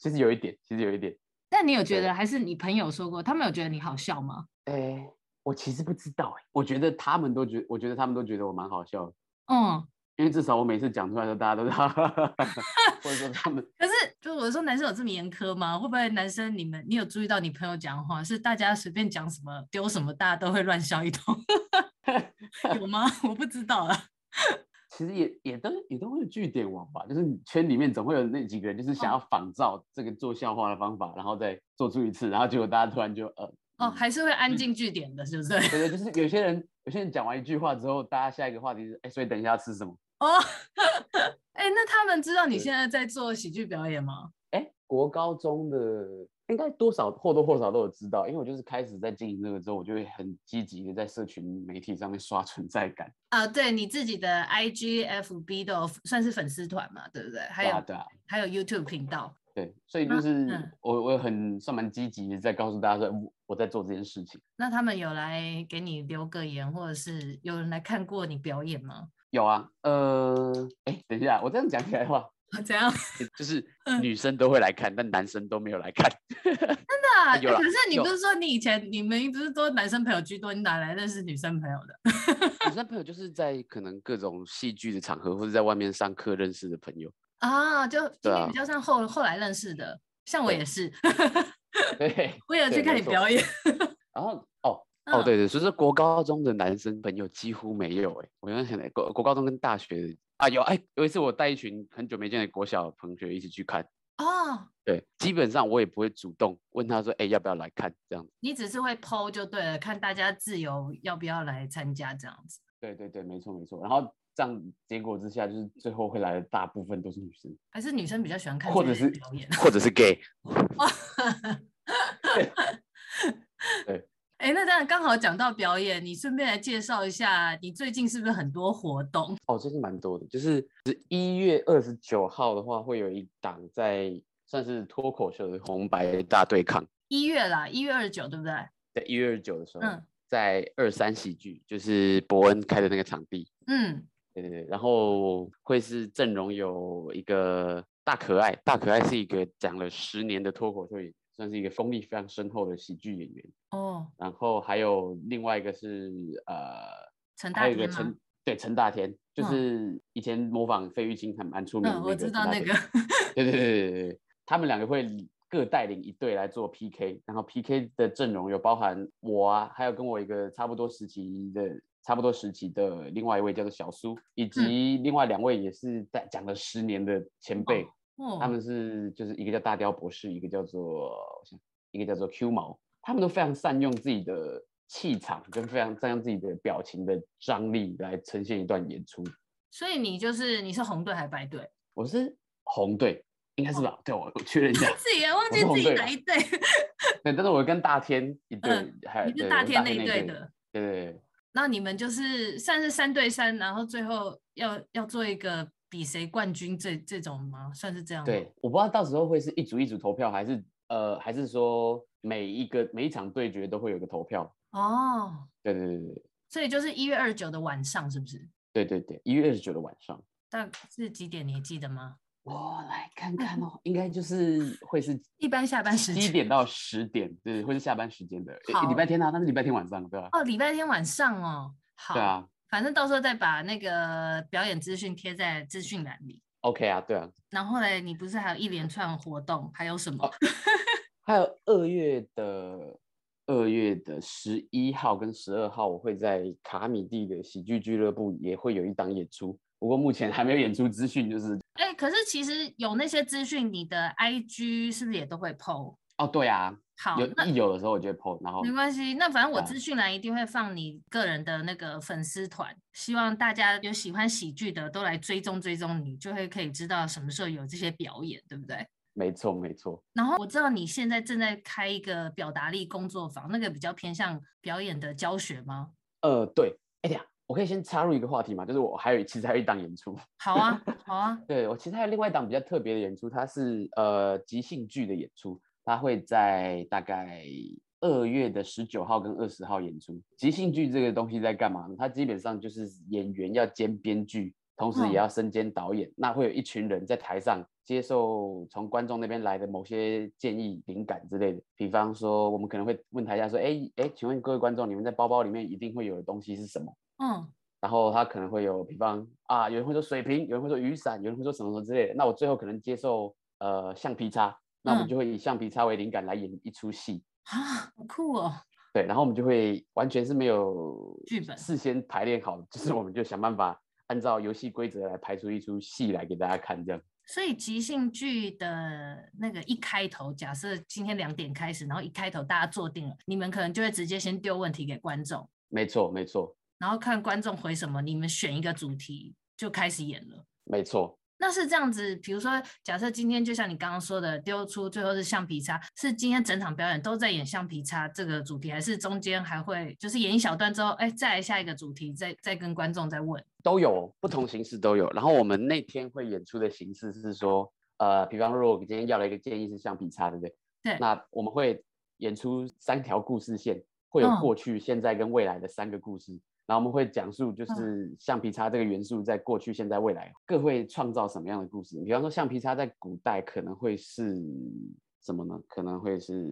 S2: 其实有一点，其实有一点，
S1: 但你有觉
S2: 对
S1: 得，还是你朋友说过，他们有觉得你好笑吗？
S2: 哎，我其实不知道，哎，我觉得他们都觉，我觉得他们都觉得我蛮好笑的。
S1: 嗯，
S2: 因为至少我每次讲出来的时候，大家都 哈哈哈哈哈，或者说他们
S1: 可是就是我说男生有这么严苛吗？会不会男生你们你有注意到你朋友讲话是大家随便讲什么丢什么，大家都会乱笑一通？ 有吗？ 我不知道啊。
S2: 其实也也都也都会有据点王吧，就是你圈里面总会有那几个人，就是想
S1: 嗯
S2: 要仿照这个做笑话的方法，然后再做出一次，然后结果大家突然就呃，
S1: 哦，
S2: 嗯
S1: 还是会安静据点的，是不是？
S2: 对对，就是有些人有些人讲完一句话之后，大家下一个话题是哎，所以等一下要吃什么？
S1: 哦， 哎、那他们知道你
S2: 对
S1: 现在在做喜剧表演吗？
S2: 哎，国高中的应该多少或多或少都有知道，因为我就是开始在经营这个之后，我就会很积极的在社群媒体上面刷存在感。
S1: 啊，对你自己的 IG、FB 都有算是粉丝团嘛，对不对？还
S2: 对
S1: 有、
S2: 啊，对啊，
S1: 还有 YouTube 频道，
S2: 对，所以就
S1: 那
S2: 是
S1: 嗯
S2: 我我很算蛮积极的在告诉大家说哎我我在做这件事情。
S1: 那他们有来给你留个言，或者是有人来看过你表演吗？
S2: 有啊，呃，哎，等一下，我这样讲起来的话，
S1: 怎 样？
S2: 就是
S1: 嗯
S2: 女生都会来看，但男生都没有来看。
S1: 那、
S2: 啊有啦
S1: 可是你
S2: 有
S1: 不是说你以前你们不是都男生朋友居多，你哪来认识女生朋友的？
S2: 女生朋友就是在可能各种戏剧的场合，或者在外面上课认识的朋友。
S1: 啊，就应
S2: 对
S1: 该
S2: 啊
S1: 比较像后、后来认识的，像我
S2: 对
S1: 也是，
S2: 对，
S1: 我也有去
S2: 对
S1: 看
S2: 没
S1: 你
S2: 错
S1: 表演。
S2: 然后哦
S1: 嗯
S2: 哦，对对，所以说国高中的男生朋友几乎没有哎、我原来想来国国高中跟大学啊有哎、有一次我带一群很久没见的国小同学一起去看，
S1: 哦，
S2: 对，基本上我也不会主动问他说哎、要不要来看这样子。
S1: 你只是会 PO 就对了，看大家自由要不要来参加这样子。
S2: 对对对，没错没错。然后这样结果之下，就是最后会来的大部分都是女生，
S1: 还是女生比较喜欢看
S2: 或
S1: 这类
S2: 者
S1: 的
S2: 是
S1: 表演，
S2: 或者是 gay。
S1: 哎、那当然刚好讲到表演，你顺便来介绍一下，你最近是不是很多活动？
S2: 哦，最近蛮多的，就是一月二十九号的话，会有一档在算是脱口秀的红白大对抗，
S1: 一月啦，一月二十九，对不对？
S2: 在一月二十九的时候，
S1: 嗯
S2: 在二三喜剧，就是伯恩开的那个场地，
S1: 嗯，
S2: 对对对，然后会是阵容有一个大可爱，大可爱是一个讲了十年的脱口秀演员，算是一个功力非常深厚的喜剧演员，
S1: 哦，
S2: 然后还有另外一个是呃
S1: 陈
S2: 还
S1: 大
S2: 有一个
S1: 天吗？
S2: 陈对陈大天，就
S1: 嗯
S2: 是以前模仿费玉清还蛮出名的、
S1: 嗯，我知道那个。。
S2: 对对对对对对，他们两个会各带领一队来做 PK，然后 PK 的阵容有包含我啊，还有跟我一个差不多时期的。差不多时期的另外一位叫做小苏，
S1: 嗯
S2: 以及另外两位也是在讲了十年的前辈，
S1: 哦，
S2: 他们是就是一个叫大雕博士，一个叫做我想一个叫做 Q 毛，他们都非常善用自己的气场跟非常善用自己的表情的张力来呈现一段演出。
S1: 所以你就是你是红队还是白队？。
S2: 我是红队，应该是吧？对，我我确认一下
S1: 自己也忘
S2: 我
S1: 记
S2: 是红
S1: 自己
S2: 队
S1: 哪
S2: 吧
S1: 一队，
S2: 对，但是我跟大天一队，
S1: 嗯
S2: 还
S1: 你
S2: 对
S1: 是
S2: 我
S1: 大
S2: 跟
S1: 天那
S2: 那
S1: 一队
S2: 队。
S1: 的。
S2: 对对对，
S1: 那你们就是算是三对三，然后最后要要做一个比谁冠军这这种吗？算是这样吗？
S2: 对，我不知道到时候会是一组一组投票，还是呃，还是说每一个每一场对决都会有一个投票。
S1: 哦，
S2: 对对对对
S1: 所以就是一月二十九的晚上，是不是？
S2: 对对对，一月二十九的晚上。
S1: 大是几点？你还记得吗？
S2: 我来看看哦，应该就是会是
S1: 一般下班时
S2: 七
S1: 间
S2: 点到十点，对，会是下班时间的。诶礼
S1: 好
S2: 拜天啊，那是礼拜天晚上，对吧、
S1: 哦，礼拜天晚上哦。好，
S2: 对啊
S1: 反正到时候再把那个表演资讯贴在资讯栏里。
S2: ，OK 啊，对啊。
S1: 然后嘞，你不是还有一连串活动，还有
S2: 哦
S1: 什么？
S2: 还有二月的二月的十一号跟十二号，我会在卡米蒂的喜剧俱乐部也会有一档演出，不过目前还没有演出资讯，就是
S1: 哎、可是其实有那些资讯，你的 IG 是不是也都会 PO？
S2: 哦，对啊，
S1: 好，
S2: 有哦
S1: 那
S2: 一有的时候我就会 PO，然后
S1: 没关系，那反正我
S2: 对啊
S1: 资讯栏一定会放你个人的那个粉丝团，希望大家有喜欢喜剧的都来追踪追踪你，就会可以知道什么时候有这些表演，对不对？
S2: 没错没错，
S1: 然后我知道你现在正在开一个表达力工作坊，那个比较偏向表演的教学吗？
S2: 呃，对，哎呀，我可以先插入一个话题嘛，就是我还有其实还有一档演出，
S1: 好啊，好啊，
S2: 对我其实还有另外一档比较特别的演出，它是呃即兴剧的演出，它会在大概二月的十九号跟二十号演出。即兴剧这个东西在干嘛呢？它基本上就是演员要兼编剧，同时
S1: 嗯
S2: 也要身兼导演。那会有一群人在台上接受从观众那边来的某些建议、灵感之类的。比方说，我们可能会问台下说：“哎哎，请问各位观众，你们在包包里面一定会有的东西是什么？”
S1: 嗯，
S2: 然后他可能会有，比方啊，有人会说水瓶，有人会说雨伞，有人会说什么什么之类的。那我最后可能接受呃橡皮擦，那我
S1: 嗯
S2: 们就会以橡皮擦为灵感来演一出戏，
S1: 啊，好酷哦，
S2: 对，然后我们就会完全是没有
S1: 剧本
S2: 事先排练好的，就是我们就想办法按照游戏规则来排出一出戏来给大家看，这样。
S1: 所以即兴剧的那个一开头，假设今天两点开始，然后一开头大家坐定了，你们可能就会直接先丢问题给观众，
S2: 没错，没错，
S1: 然后看观众回什么，你们选一个主题就开始演了。
S2: 没错。
S1: 那是这样子，比如说，假设今天就像你刚刚说的，丢出最后是橡皮擦，是今天整场表演都在演橡皮擦这个主题，还是中间还会就是演一小段之后，哎，再来下一个主题，再再跟观众再问？
S2: 都有不同形式都有。然后我们那天会演出的形式是说，呃，比方说我今天要了一个建议是橡皮擦，对不对？
S1: 对
S2: 那我们会演出三条故事线，会有
S1: 嗯
S2: 过去、现在跟未来的三个故事。然后我们会讲述就
S1: 嗯
S2: 是橡皮擦这个元素在过去、现在、未来各会创造什么样的故事。比方说橡皮擦在古代可能会是什么呢？可能会是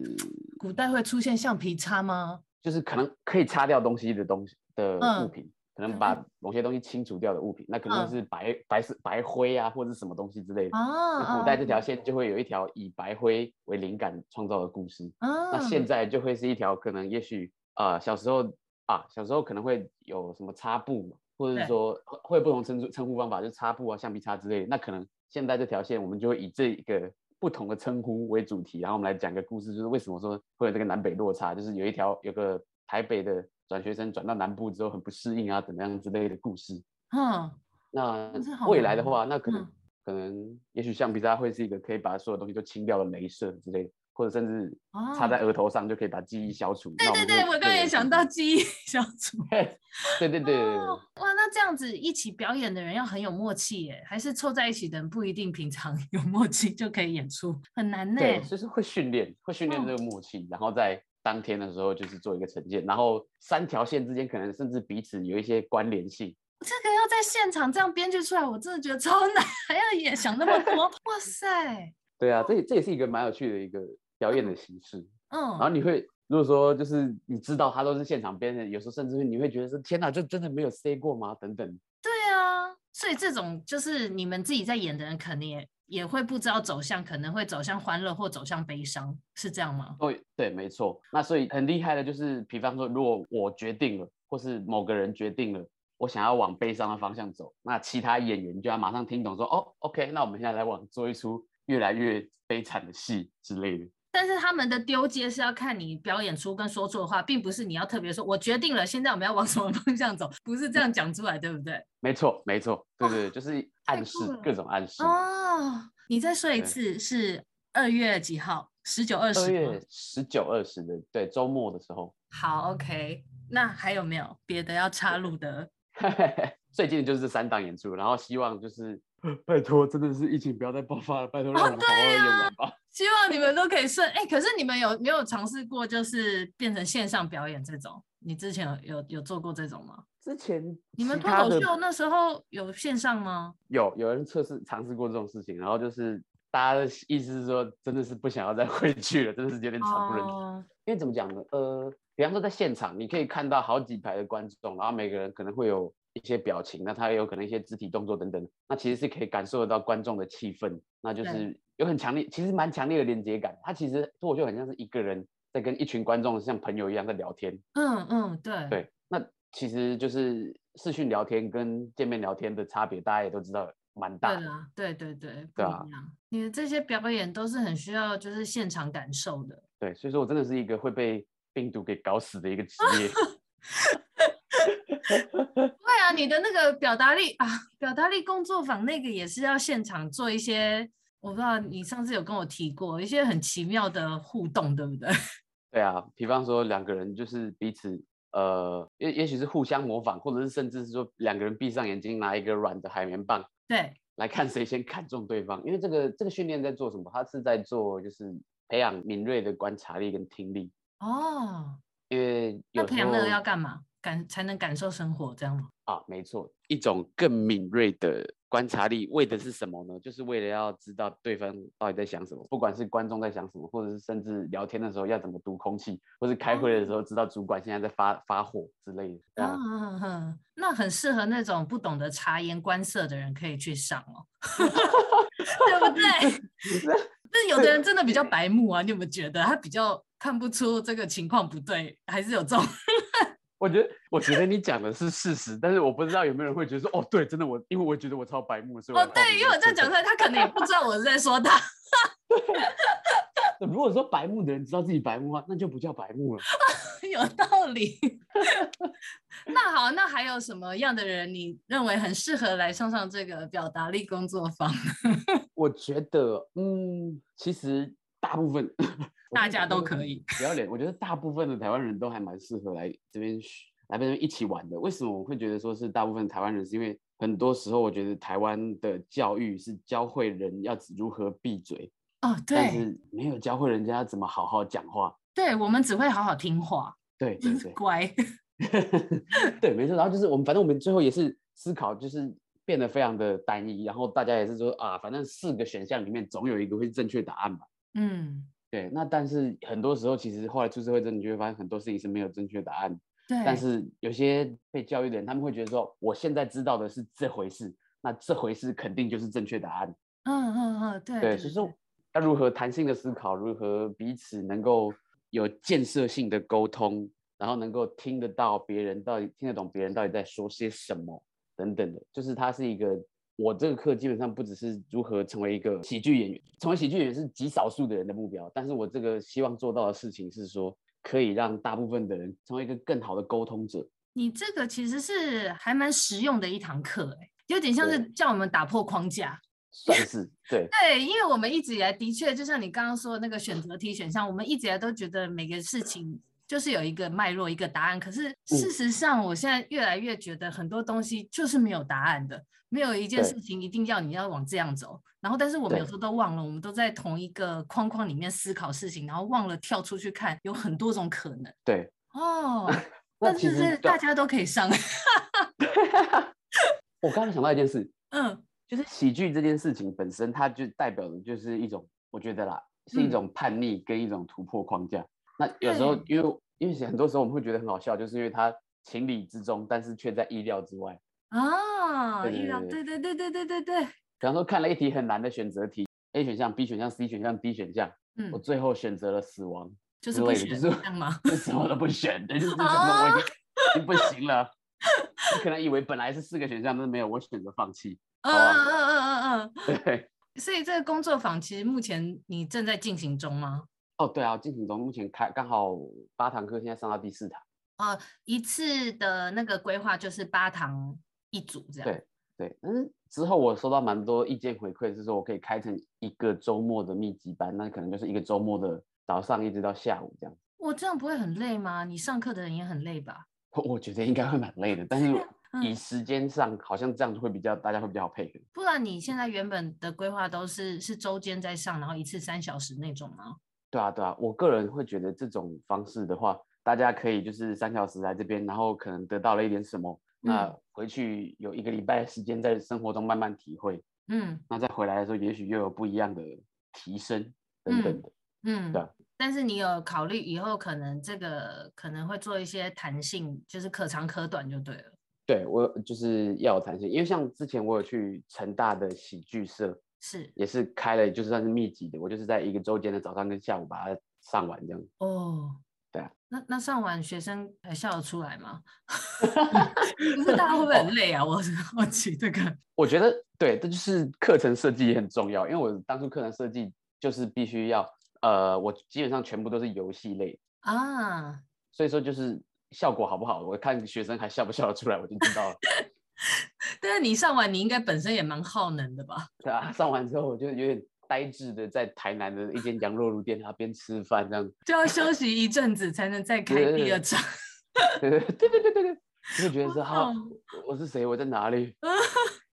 S1: 古代会出现橡皮擦吗？
S2: 就是可能可以擦掉东西的东西的物
S1: 嗯
S2: 品，可能
S1: 嗯
S2: 把某些东西清除掉的物品，那可能
S1: 嗯
S2: 会是白、白色白灰啊，或者是什么东西之类的。那
S1: 啊，
S2: 古代这
S1: 啊
S2: 条线就会有一条以白灰为灵感创造的故事，
S1: 啊，
S2: 那现在就会是一条可能也许啊、呃小时候啊小时候可能会有什么擦布嘛，或者
S1: 对
S2: 是说呃会有不同称呼称呼方法，就是擦布啊、橡皮擦之类的。那可能现在这条线我们就会以这一个不同的称呼为主题，然后我们来讲个故事，就是为什么说会有这个南北落差，就是有一条有个台北的转学生转到南部之后很不适应啊，怎么样之类的故事。
S1: 嗯，
S2: 那
S1: 这好
S2: 未来的
S1: 难哦
S2: 话，那可能、
S1: 嗯
S2: 可能也许橡皮擦会是一个可以把所有东西都清掉的镭射之类的，或者甚至
S1: 哦
S2: 插在额头上就可以把记忆消除。对
S1: 对对对，我刚刚也想到，记忆 小组。
S2: 对对对对对
S1: 哦哇，那这样子一起表演的人要很有默契耶，还是凑在一起的人不一定平常 有默契就可以演出，很难呢。
S2: 对，就是会训练，会训练
S1: 嗯
S2: 这个默契，然后在当天的时候就是做一个呈现，然后三条线之间可能甚至彼此有一些关联性。
S1: 这个要在现场这样编剧出来，我真的觉得 超难，还要演想那么多。哇塞，
S2: 对啊，这也这也是一个蛮有趣的一个表演的形式。然后
S1: 嗯，
S2: 你会如果说就是你知道它都是现场编的，有时候甚至会你会觉得说天哪，这真的没有 say 过吗？等等。
S1: 对啊，所以这种就是你们自己在演的人，肯定也也会不知道走向，可能会走向欢乐或走向悲伤，是这样吗？
S2: 哦，对，没错。那所以很厉害的就是，比方说，如果我决定了，或是某个人决定了，我想要往悲伤的方向走，那其他演员就要马上听懂说，哦，OK，那我们现在来往做一出越来越悲惨的戏之类的。
S1: 但是他们的丢接是要看你表演出跟说出的话，并不是你要特别说，我决定了，现在我们要往什么方向走，不是这样讲出来，对不对？
S2: 没错，没错，对对，对就是暗
S1: 酷
S2: 示
S1: 了
S2: 各种暗示。
S1: 哦，你再说一
S2: 对
S1: 次，是二月几号？十九、二
S2: 二
S1: 十吗
S2: 月？十九、二十的，对，周末的时候。
S1: 好，OK。那还有没有别的要插入的？
S2: 最近就是这三档演出，然后希望就是， 拜托，真的是疫情不要再爆发了，拜托，让我们好好地演完吧。
S1: 希望你们都可以顺。哎、可是你们有没有尝试过，就是变成线上表演这种？你之前有有有做过这种吗？
S2: 之前
S1: 你们
S2: 其
S1: 脱
S2: 他
S1: 口
S2: 的
S1: 秀那时候有线上吗？
S2: 有有人测试尝试过这种事情，然后就是大家的意思是说，真的是不想要再 回去了，真的是有点惨不忍睹。
S1: 哦，
S2: 因为怎么讲呢？呃，比方说在现场，你可以看到好几排的观众，然后每个人可能会有一些表情，那他也有可能一些肢体动作等等，那其实是可以感受得到观众的气氛，那就
S1: 对
S2: 是有很强烈，其实蛮强烈的连接感。他其实脱口秀很像是一个人在跟一群观众像朋友一样在聊天，
S1: 嗯嗯，对，
S2: 对，那其实就是视讯聊天跟见面聊天的差别，大家也都知道蛮大
S1: 对
S2: 的。
S1: 啦，对对对，不
S2: 对啊
S1: 一样。你的这些表演都是很需要就是现场感受的。
S2: 对，所以说我真的是一个会被病毒给搞死的一个职 业。
S1: 对啊，你的那个表达力啊，表达力工作坊那个也是要现场做一些，我不知道你上次有跟我提过一些很奇妙的互动，对不对？
S2: 对啊，比方说两个人就是彼此呃，也也许是互相模仿，或者是甚至是说两个人闭上眼睛拿一个软的海绵棒
S1: 对，
S2: 来看谁先看中对方。因为这个这个训练在做什么？它是在做就是培养敏锐的观察力跟听力。
S1: 哦，
S2: 因为
S1: 那
S2: 有
S1: 培
S2: 时
S1: 养
S2: 候
S1: 那个要干嘛？感才能感受生活，这样吗？
S2: 啊，没错，一种更敏锐的观察力，为的是什么呢？就是为了要知道对方到底在想什么，不管是观众在想什么，或者是甚至聊天的时候要怎么读空气，或是开会的
S1: 哦
S2: 时候知道主管现在在发发火之类的。
S1: 嗯
S2: 啊，
S1: 嗯嗯，那很适合那种不懂得察言观色的人可以去上哦， 对不对？ 但有的人真的比较白目啊，你有没有觉得他比较看不出这个情况不对，还是有这种？
S2: 我觉得，我觉得你讲的是事实，但是我不知道有没有人会觉得说，哦，对，真的我，因为我觉得我超白目，所以我
S1: 哦，对，因为我这样讲出
S2: 他。
S1: 来，他可能也不知道我是在说他。
S2: 如果说白目的人知道自己白目的话，那就不叫白目了。
S1: 有道理。 那好，那还有什么样的人你认为很适合来上上这个表达力工作坊？
S2: 我觉得，嗯，其实大部分
S1: 大家都可以，
S2: 不要脸。我觉得大部分的台湾人都还蛮适合来这边学来这边一起玩的。为什么我会觉得说是大部分台湾人？是因为很多时候我觉得台湾的教育是教会人要如何闭嘴，
S1: 哦，
S2: 但
S1: 对
S2: 是没有教会人家怎么好好讲话。
S1: 对，我们只会好好听话，
S2: 对对 对，
S1: 乖。
S2: 对，没错。然后就是我们，反正我们最后也是思考，就是变得非常的单一。然后大家也是说啊，反正四个选项里面总有一个会是正确答案吧。
S1: 嗯，
S2: 对，那但是很多时候，其实后来出社会真的就会发现很多事情是没有正确答案。
S1: 对。
S2: 但是有些被教育的人，他们会觉得说，我现在知道的是这回事，那这回事肯定就是正确答案。
S1: 嗯嗯嗯，对
S2: 对，所以说要如何弹性的思考，如何彼此能够有建设性的沟通，然后能够听得到别人到底听得懂别人到底在说些什么等等的，就是它是一个我这个课基本上不只是如何成为一个喜剧演员，成为喜剧演员是极少数的人的目标，但是我这个希望做到的事情是说，可以让大部分的人成为一个更好的沟通者。
S1: 你这个其实是还蛮实用的一堂课，哎，有点像是
S2: 对
S1: 叫我们打破框架。
S2: 算是对，
S1: 对，因为我们一直以来的确，就像你刚刚说的那个选择题选项，我们一直以来都觉得每个事情就是有一个脉络、一个答案。可是
S2: 嗯
S1: 事实上，我现在越来越觉得很多东西就是没有答案的，没有一件
S2: 对
S1: 事情一定要你要往这样走。然后，但是我们有
S2: 对
S1: 时候都忘了，我们都在同一个框框里面思考事情，然后忘了跳出去看有很多种可能。
S2: 对，
S1: 哦，
S2: 那
S1: 但
S2: 其
S1: 是
S2: 实
S1: 是大
S2: 对啊
S1: 家都可以上。
S2: 我刚刚想到一件事，
S1: 嗯，
S2: 就是喜剧这件事情本身，它就代表的就是一种，我觉得啦，是一
S1: 嗯
S2: 种叛逆跟一种突破框架。那有时候
S1: 对
S2: 因为因为很多时候我们会觉得很好笑，就是因为它情理之中，但是却在意料之外。
S1: 啊，
S2: 对
S1: 遇到对
S2: 对
S1: 对对对对对对，
S2: 比方说看了一题很难的选择题，A 选项、B 选项、C 选项、D 选项，我
S1: 嗯，
S2: 最后选择了死亡，
S1: 就是
S2: 之
S1: 不
S2: 类的
S1: 选
S2: 就是
S1: 这样吗？
S2: 就什么都不选，对，就是什么我已经
S1: 啊
S2: 已经不行了。你可能以为本来是四个选项，但是没有，我选择放弃。
S1: 嗯
S2: 好啊
S1: 嗯嗯嗯嗯
S2: 对，
S1: 嗯。所以这个工作坊其实目前你正在进行中吗？
S2: 哦，对啊，进行中，目前开刚好八堂课，现在上到第四堂。
S1: 呃，一次的那个规划就是八堂一组这样。
S2: 对对，但是之后我收到蛮多意见回馈，是说我可以开成一个周末的密集班，那可能就是一个周末的早上一直到下午这样。
S1: 哇，这样不会很累吗？你上课的人也很累吧？
S2: 我觉得应该会蛮累的，但是以
S1: 嗯，
S2: 时间上好像这样会比较，大家会比较好配合。
S1: 不然你现在原本的规划都是是周间在上，然后一次三小时那种吗？
S2: 对啊对啊，我个人会觉得这种方式的话，大家可以就是三小时来这边，然后可能得到了一点什么，那
S1: 嗯
S2: 回去有一个礼拜的时间在生活中慢慢体会，
S1: 嗯
S2: 那再回来的时候，也许又有不一样的提升等等的。
S1: 嗯，
S2: 对啊
S1: 但是你有考虑以后可能这个可能会做一些弹性，就是可长可短就对了。
S2: 对我就是要有弹性，因为像之前我有去成大的喜剧社，
S1: 是
S2: 也是开了，就算是密集的，我就是在一个周间的早上跟下午把它上完这样。
S1: 哦，
S2: 对啊。
S1: 那那上完学生还笑得出来 吗？不是大家会不
S2: 哦
S1: 会很累啊？ 我很好奇这个。
S2: 我觉得对，这就是课程设计也很重要，因为我当初课程设计就是必须要，呃，我基本上全部都是游戏类，
S1: 啊，
S2: 所以说就是效果好不好，我看学生还笑不笑得出来，我就知道了。
S1: 但是你上完，你应该本身也蛮耗能的吧？
S2: 对啊，上完之后我就有点呆滞的在台南的一间羊肉炉店那边吃饭这样。
S1: 就要休息一阵子才能再开第二
S2: 对
S1: 场。
S2: 对对对对对对对，就会觉得说
S1: 哇
S2: 哈，我我是谁？我在哪里？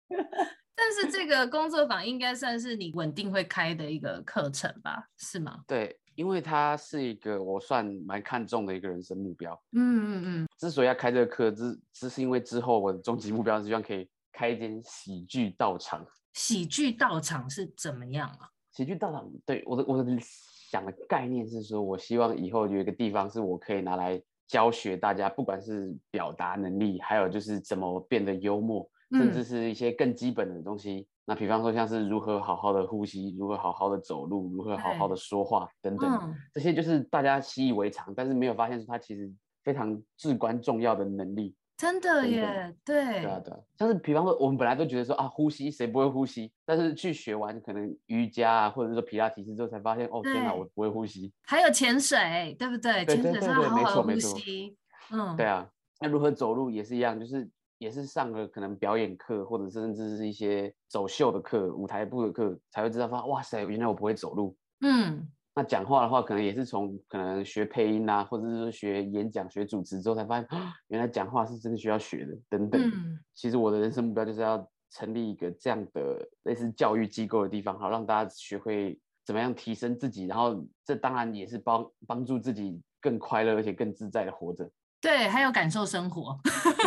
S1: 但是这个工作坊应该算是你稳定会开的一个课程吧？是吗？
S2: 对，因为他是一个我算蛮看重的一个人生目标。
S1: 嗯嗯嗯，
S2: 之所以要开这个课，之只是因为之后我的终极目标是希望可以开一间喜剧道场。
S1: 喜剧到场是怎么样啊？
S2: 喜剧道场，对我的我的想的概念是说，我希望以后有一个地方是我可以拿来教学大家，不管是表达能力，还有就是怎么变得幽默，甚至
S1: 嗯
S2: 是一些更基本的东西。那比方说像是如何好好的呼吸，如何好好的走路，如何好好的说话等等的，
S1: 嗯，
S2: 这些就是大家习以为常，但是没有发现说它其实非常至关重要的能力。
S1: 真的
S2: 真的
S1: 耶，对
S2: 对啊，对啊，像是比方说，我们本来都觉得说啊，呼吸谁不会呼吸，但是去学完可能瑜伽啊，或者是说皮拉提斯之后，才发现哦，天哪，
S1: 对
S2: 我不会呼吸。
S1: 还有潜水，对不对？
S2: 对
S1: 潜
S2: 对
S1: 水
S2: 对
S1: 是要
S2: 对
S1: 好
S2: 没
S1: 好
S2: 错
S1: 的
S2: 没
S1: 呼
S2: 错
S1: 吸，嗯，
S2: 对啊，那如何走路也是一样，就是也是上了可能表演课，或者是甚至是一些走秀的课、舞台步的课，才会知道发哇塞，原来我不会走路。
S1: 嗯，
S2: 那讲话的话，可能也是从可能学配音啊，或者是说学演讲、学主持之后，才发现啊原来讲话是真的需要学的等等。
S1: 嗯，
S2: 其实我的人生目标就是要成立一个这样的类似教育机构的地方，好让大家学会怎么样提升自己，然后这当然也是帮帮助自己更快乐而且更自在的活着。
S1: 对，还有感受生活。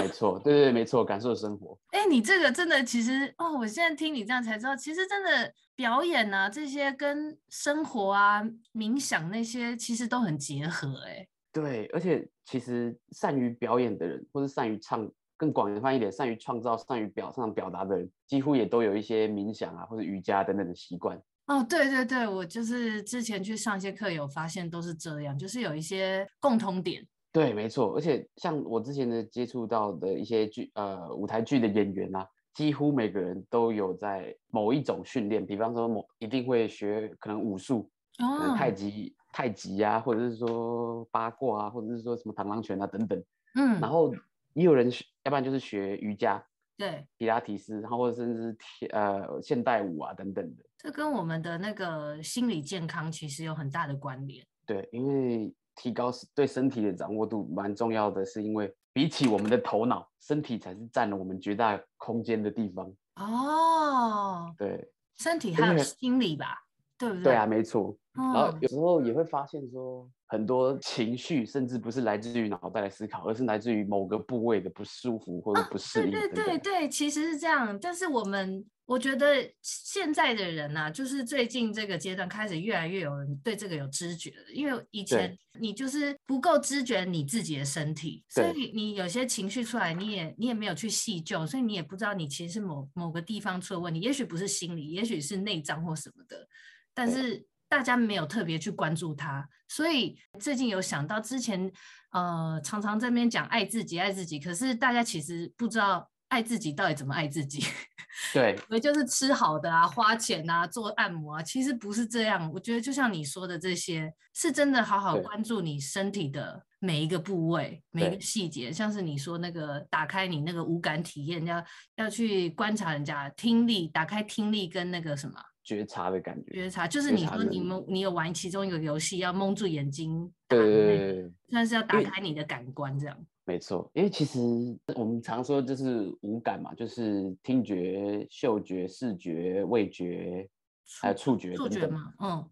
S2: 没错，对对对，没错，感受生活。
S1: 哎，你这个真的其实哦，我现在听你这样才知道，其实真的表演啊这些跟生活啊、冥想那些其实都很结合。哎，
S2: 对，而且其实善于表演的人，或是善于唱，更广泛一点，善于创造、善于表、擅长表达的人，几乎也都有一些冥想啊，或者瑜伽等等的习惯。
S1: 哦，对对对，我就是之前去上一些课有发现都是这样，就是有一些共通点。
S2: 对，没错。而且像我之前的接触到的一些剧，呃，舞台剧的演员啊，几乎每个人都有在某一种训练，比方说某一定会学可能武术，可能
S1: 哦，
S2: 呃太极、太极啊，或者是说八卦啊，或者是说什么螳螂拳啊等等。
S1: 嗯
S2: 然，后也有人学，要不然就是学瑜伽、
S1: 对，
S2: 皮拉提斯，然后或者甚至是呃现代舞啊等等的。
S1: 这跟我们的那个心理健康其实有很大的关联。
S2: 对，因为提高是对身体的掌握度蛮重要的，是因为比起我们的头脑，身体才是占了我们绝大空间的地方。
S1: 哦，
S2: 对，
S1: 身体还有
S2: 因为
S1: 心理吧，对不对？
S2: 对啊，，没错。
S1: 嗯、
S2: 然后有时候也会发现说，很多情绪甚至不是来自于脑袋来思考，而是来自于某个部位的不舒服或者不适
S1: 啊对
S2: 应
S1: 对
S2: 等等。
S1: 对对，其实是这样。但是我们我觉得现在的人呐、就是最近这个阶段开始越来越有人对这个有知觉了，因为以前你就是不够知觉你自己的身体，所
S2: 对
S1: 以你有些情绪出来，你也你也没有去细究，所以你也不知道你其实是某某个地方出了问题，也许不是心理，也许是内脏或什么的，但
S2: 对
S1: 是。大家没有特别去关注它，所以最近有想到之前呃，常常这边讲爱自己，爱自己，可是大家其实不知道爱自己到底怎么爱自己，
S2: 对
S1: 以为就是吃好的啊，花钱啊，做按摩啊，其实不是这样。我觉得就像你说的这些，是真的好好
S2: 对
S1: 关注你身体的每一个部位、每一个
S2: 对
S1: 细节，像是你说那个打开你那个五感体验，要要去观察人家听力，打开听力跟那个什么。
S2: 觉察的感觉。
S1: 觉察就是
S2: 觉
S1: 你
S2: 察
S1: 说
S2: 能
S1: 你
S2: 力
S1: 们你有玩其中一个游戏，要蒙住眼睛打
S2: 对
S1: 的
S2: 对
S1: 那个，
S2: 对对对。
S1: 算是要打
S2: 因为
S1: 开你的感官这样。
S2: 没错，因为其实我们常说就是五感嘛，就是听觉、嗅觉、视觉、味觉，还有触觉
S1: 触
S2: 等
S1: 觉
S2: 等。
S1: 嘛，嗯，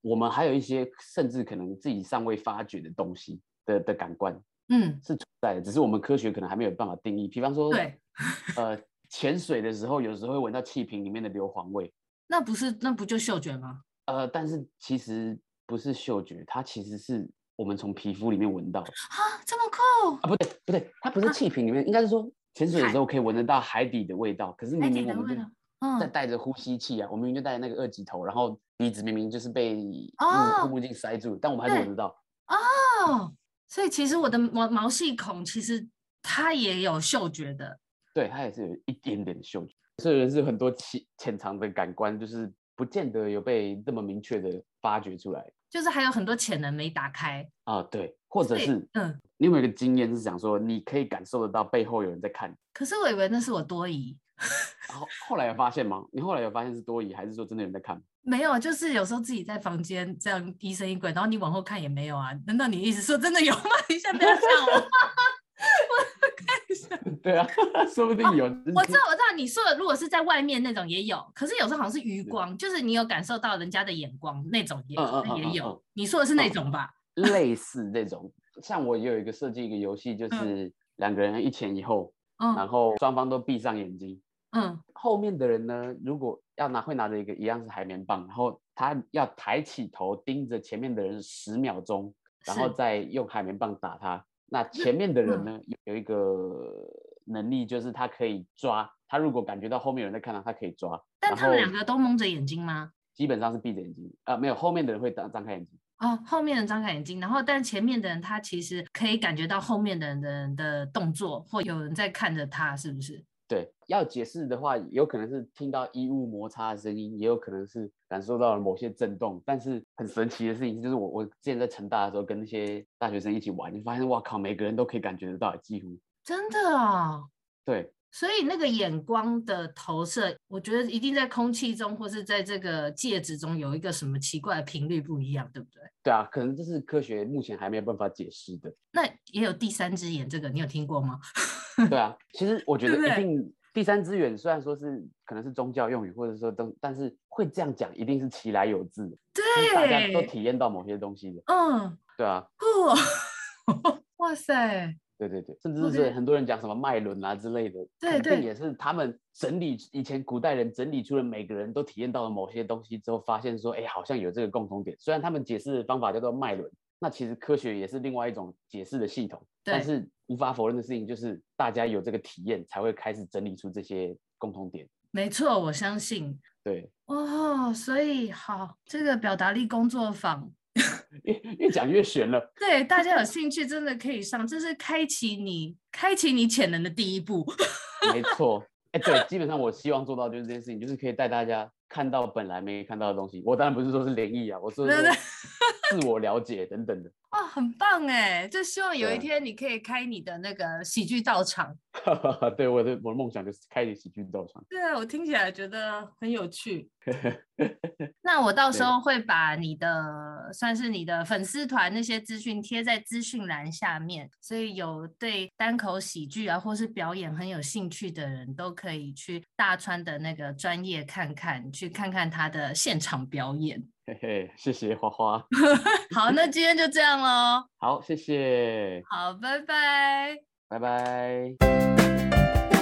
S2: 我们还有一些甚至可能自己尚未发掘的东西的的感官
S1: 嗯，
S2: 是存在的，只是我们科学可能还没有办法定义。比方说，
S1: 对，
S2: 呃，潜水的时候有时候会闻到气瓶里面的硫磺味，
S1: 那不是那不就嗅觉吗？
S2: 呃，但是其实不是嗅觉，它其实是我们从皮肤里面闻到的
S1: 啊，这么酷！
S2: 啊，不对不对，它
S1: 啊
S2: 不是气瓶里面，应该是说潜水的时候可以闻得到海底的味道，可是
S1: 海
S2: 明
S1: 底
S2: 明我
S1: 的
S2: 们
S1: 味
S2: 就
S1: 道，
S2: 在
S1: 嗯，
S2: 带着呼吸器啊，我明明就带着那个二级头，然后鼻子明明就是被
S1: 哦
S2: 护护目镜塞住，但我们还是
S1: 对
S2: 闻得到。
S1: 哦，所以其实我的毛毛细孔其实它也有嗅觉的，
S2: 对，它也是有一点点嗅觉。所以人是很多潜潜藏的感官，就是不见得有被这么明确的发掘出来
S1: 就是还有很多潜能没打开。
S2: 啊。对，或者
S1: 对
S2: 是
S1: 嗯，
S2: 你有没有一个经验是想说，你可以感受得到背后有人在看，
S1: 可是我以为那是我多疑，
S2: 然后后来有发现吗？你后来有发现是多疑，还是说真的有人在看？
S1: 没有，就是有时候自己在房间这样疑神疑鬼，然后你往后看也没有啊。难道你意思说真的有吗？ 你先不要吓我，
S2: 对啊， 说不定有。就是
S1: 哦我知道，我知道你说的，如果是在外面那种也有，可是有时候好像是余光，就是你有感受到人家的眼光那种也、
S2: 嗯嗯嗯
S1: 也
S2: 嗯
S1: 有。
S2: 嗯
S1: 你说的是那种吧？
S2: 类似这种，像我也有一个设计一个游戏，就是两个人一前一后，然
S1: 嗯
S2: 后双方都闭上眼睛，
S1: 嗯，
S2: 后面的人呢，如果要拿会拿着一个一样是海绵棒，然后他要抬起头盯着前面的人十秒钟，然后
S1: 是
S2: 再用海绵棒打他。那前面的人呢，有有一个能力就是他可以抓，他如果感觉到后面有人在看他，他可以抓。
S1: 但
S2: 然
S1: 他们
S2: 后
S1: 两个都蒙着眼睛吗？
S2: 基本上是闭着眼睛，呃，没有，后面的人会张张开眼睛。
S1: 啊、后面的人张开眼睛，然后但前面的人他其实可以感觉到后面的人的人的动作，或有人在看着他，是不是？
S2: 对，要解释的话，有可能是听到衣物摩擦的声音，也有可能是感受到了某些震动。但是很神奇的事情就是我，我之前在成大的时候跟那些大学生一起玩，你发现哇靠，每个人都可以感觉得到，几乎
S1: 真的啊、
S2: 对
S1: 所以那个眼光的投射，我觉得一定在空气中或是在这个介质中有一个什么奇怪的频率不一样，对不对？
S2: 对啊，可能这是科学目前还没有办法解释 的。
S1: 那也有第三只眼，这个你有听过吗？
S2: 对啊，其实我觉
S1: 对
S2: 得
S1: 不
S2: 一
S1: 对
S2: 定第三资源虽然说是可能是宗教用语，或者说都，但是会这样讲一定是其来有自的，就是大家都
S1: 对，
S2: 体验到某些东西的，
S1: 嗯，
S2: 对啊，
S1: 哦， 哇塞，
S2: 对对对，甚至是
S1: OK
S2: 很多人讲什么脉轮啊之类的，
S1: 对
S2: 肯定
S1: 对
S2: 也是他们整理以前古代人整理出了每个人都体验到了某些东西之后，发现说，哎，好像有这个共同点。虽然他们解释的方法叫做脉轮，那其实科学也是另外一种解释的系统，但
S1: 对
S2: 是无法否认的事情就是大家有这个体验，才会开始整理出这些共同点。
S1: 没错，我相信
S2: 对，
S1: 哦。所以好，这个表达力工作坊，
S2: 越越讲越悬了。
S1: 对大家有兴趣真的可以上，这是开启你开启你潜能的第一步。
S2: 没错，哎，对，基本上我希望做到就是这件事情，就是可以带大家看到本来没看到的东西。我当然不是说是灵异啊，我说
S1: 对
S2: 是
S1: 对
S2: 说自我了解等等的。
S1: 哇，哦很棒哎！就希望有
S2: 对
S1: 一
S2: 啊
S1: 天你可以开你的那个喜剧道场。
S2: 对，我的我的梦想就是开启喜剧道场。
S1: 对啊，我听起来觉得很有趣。那我到时
S2: 对
S1: 候会把你的算是你的粉丝团那些资讯贴在资讯栏下面，所以有对单口喜剧啊或是表演很有兴趣的人都可以去大川的那个专业看看，去看看他的现场表演。
S2: 嘿嘿，谢谢花花。
S1: 好，那今天就这样喽。
S2: 好，谢谢，
S1: 好，拜拜。
S2: 拜拜。
S3: 「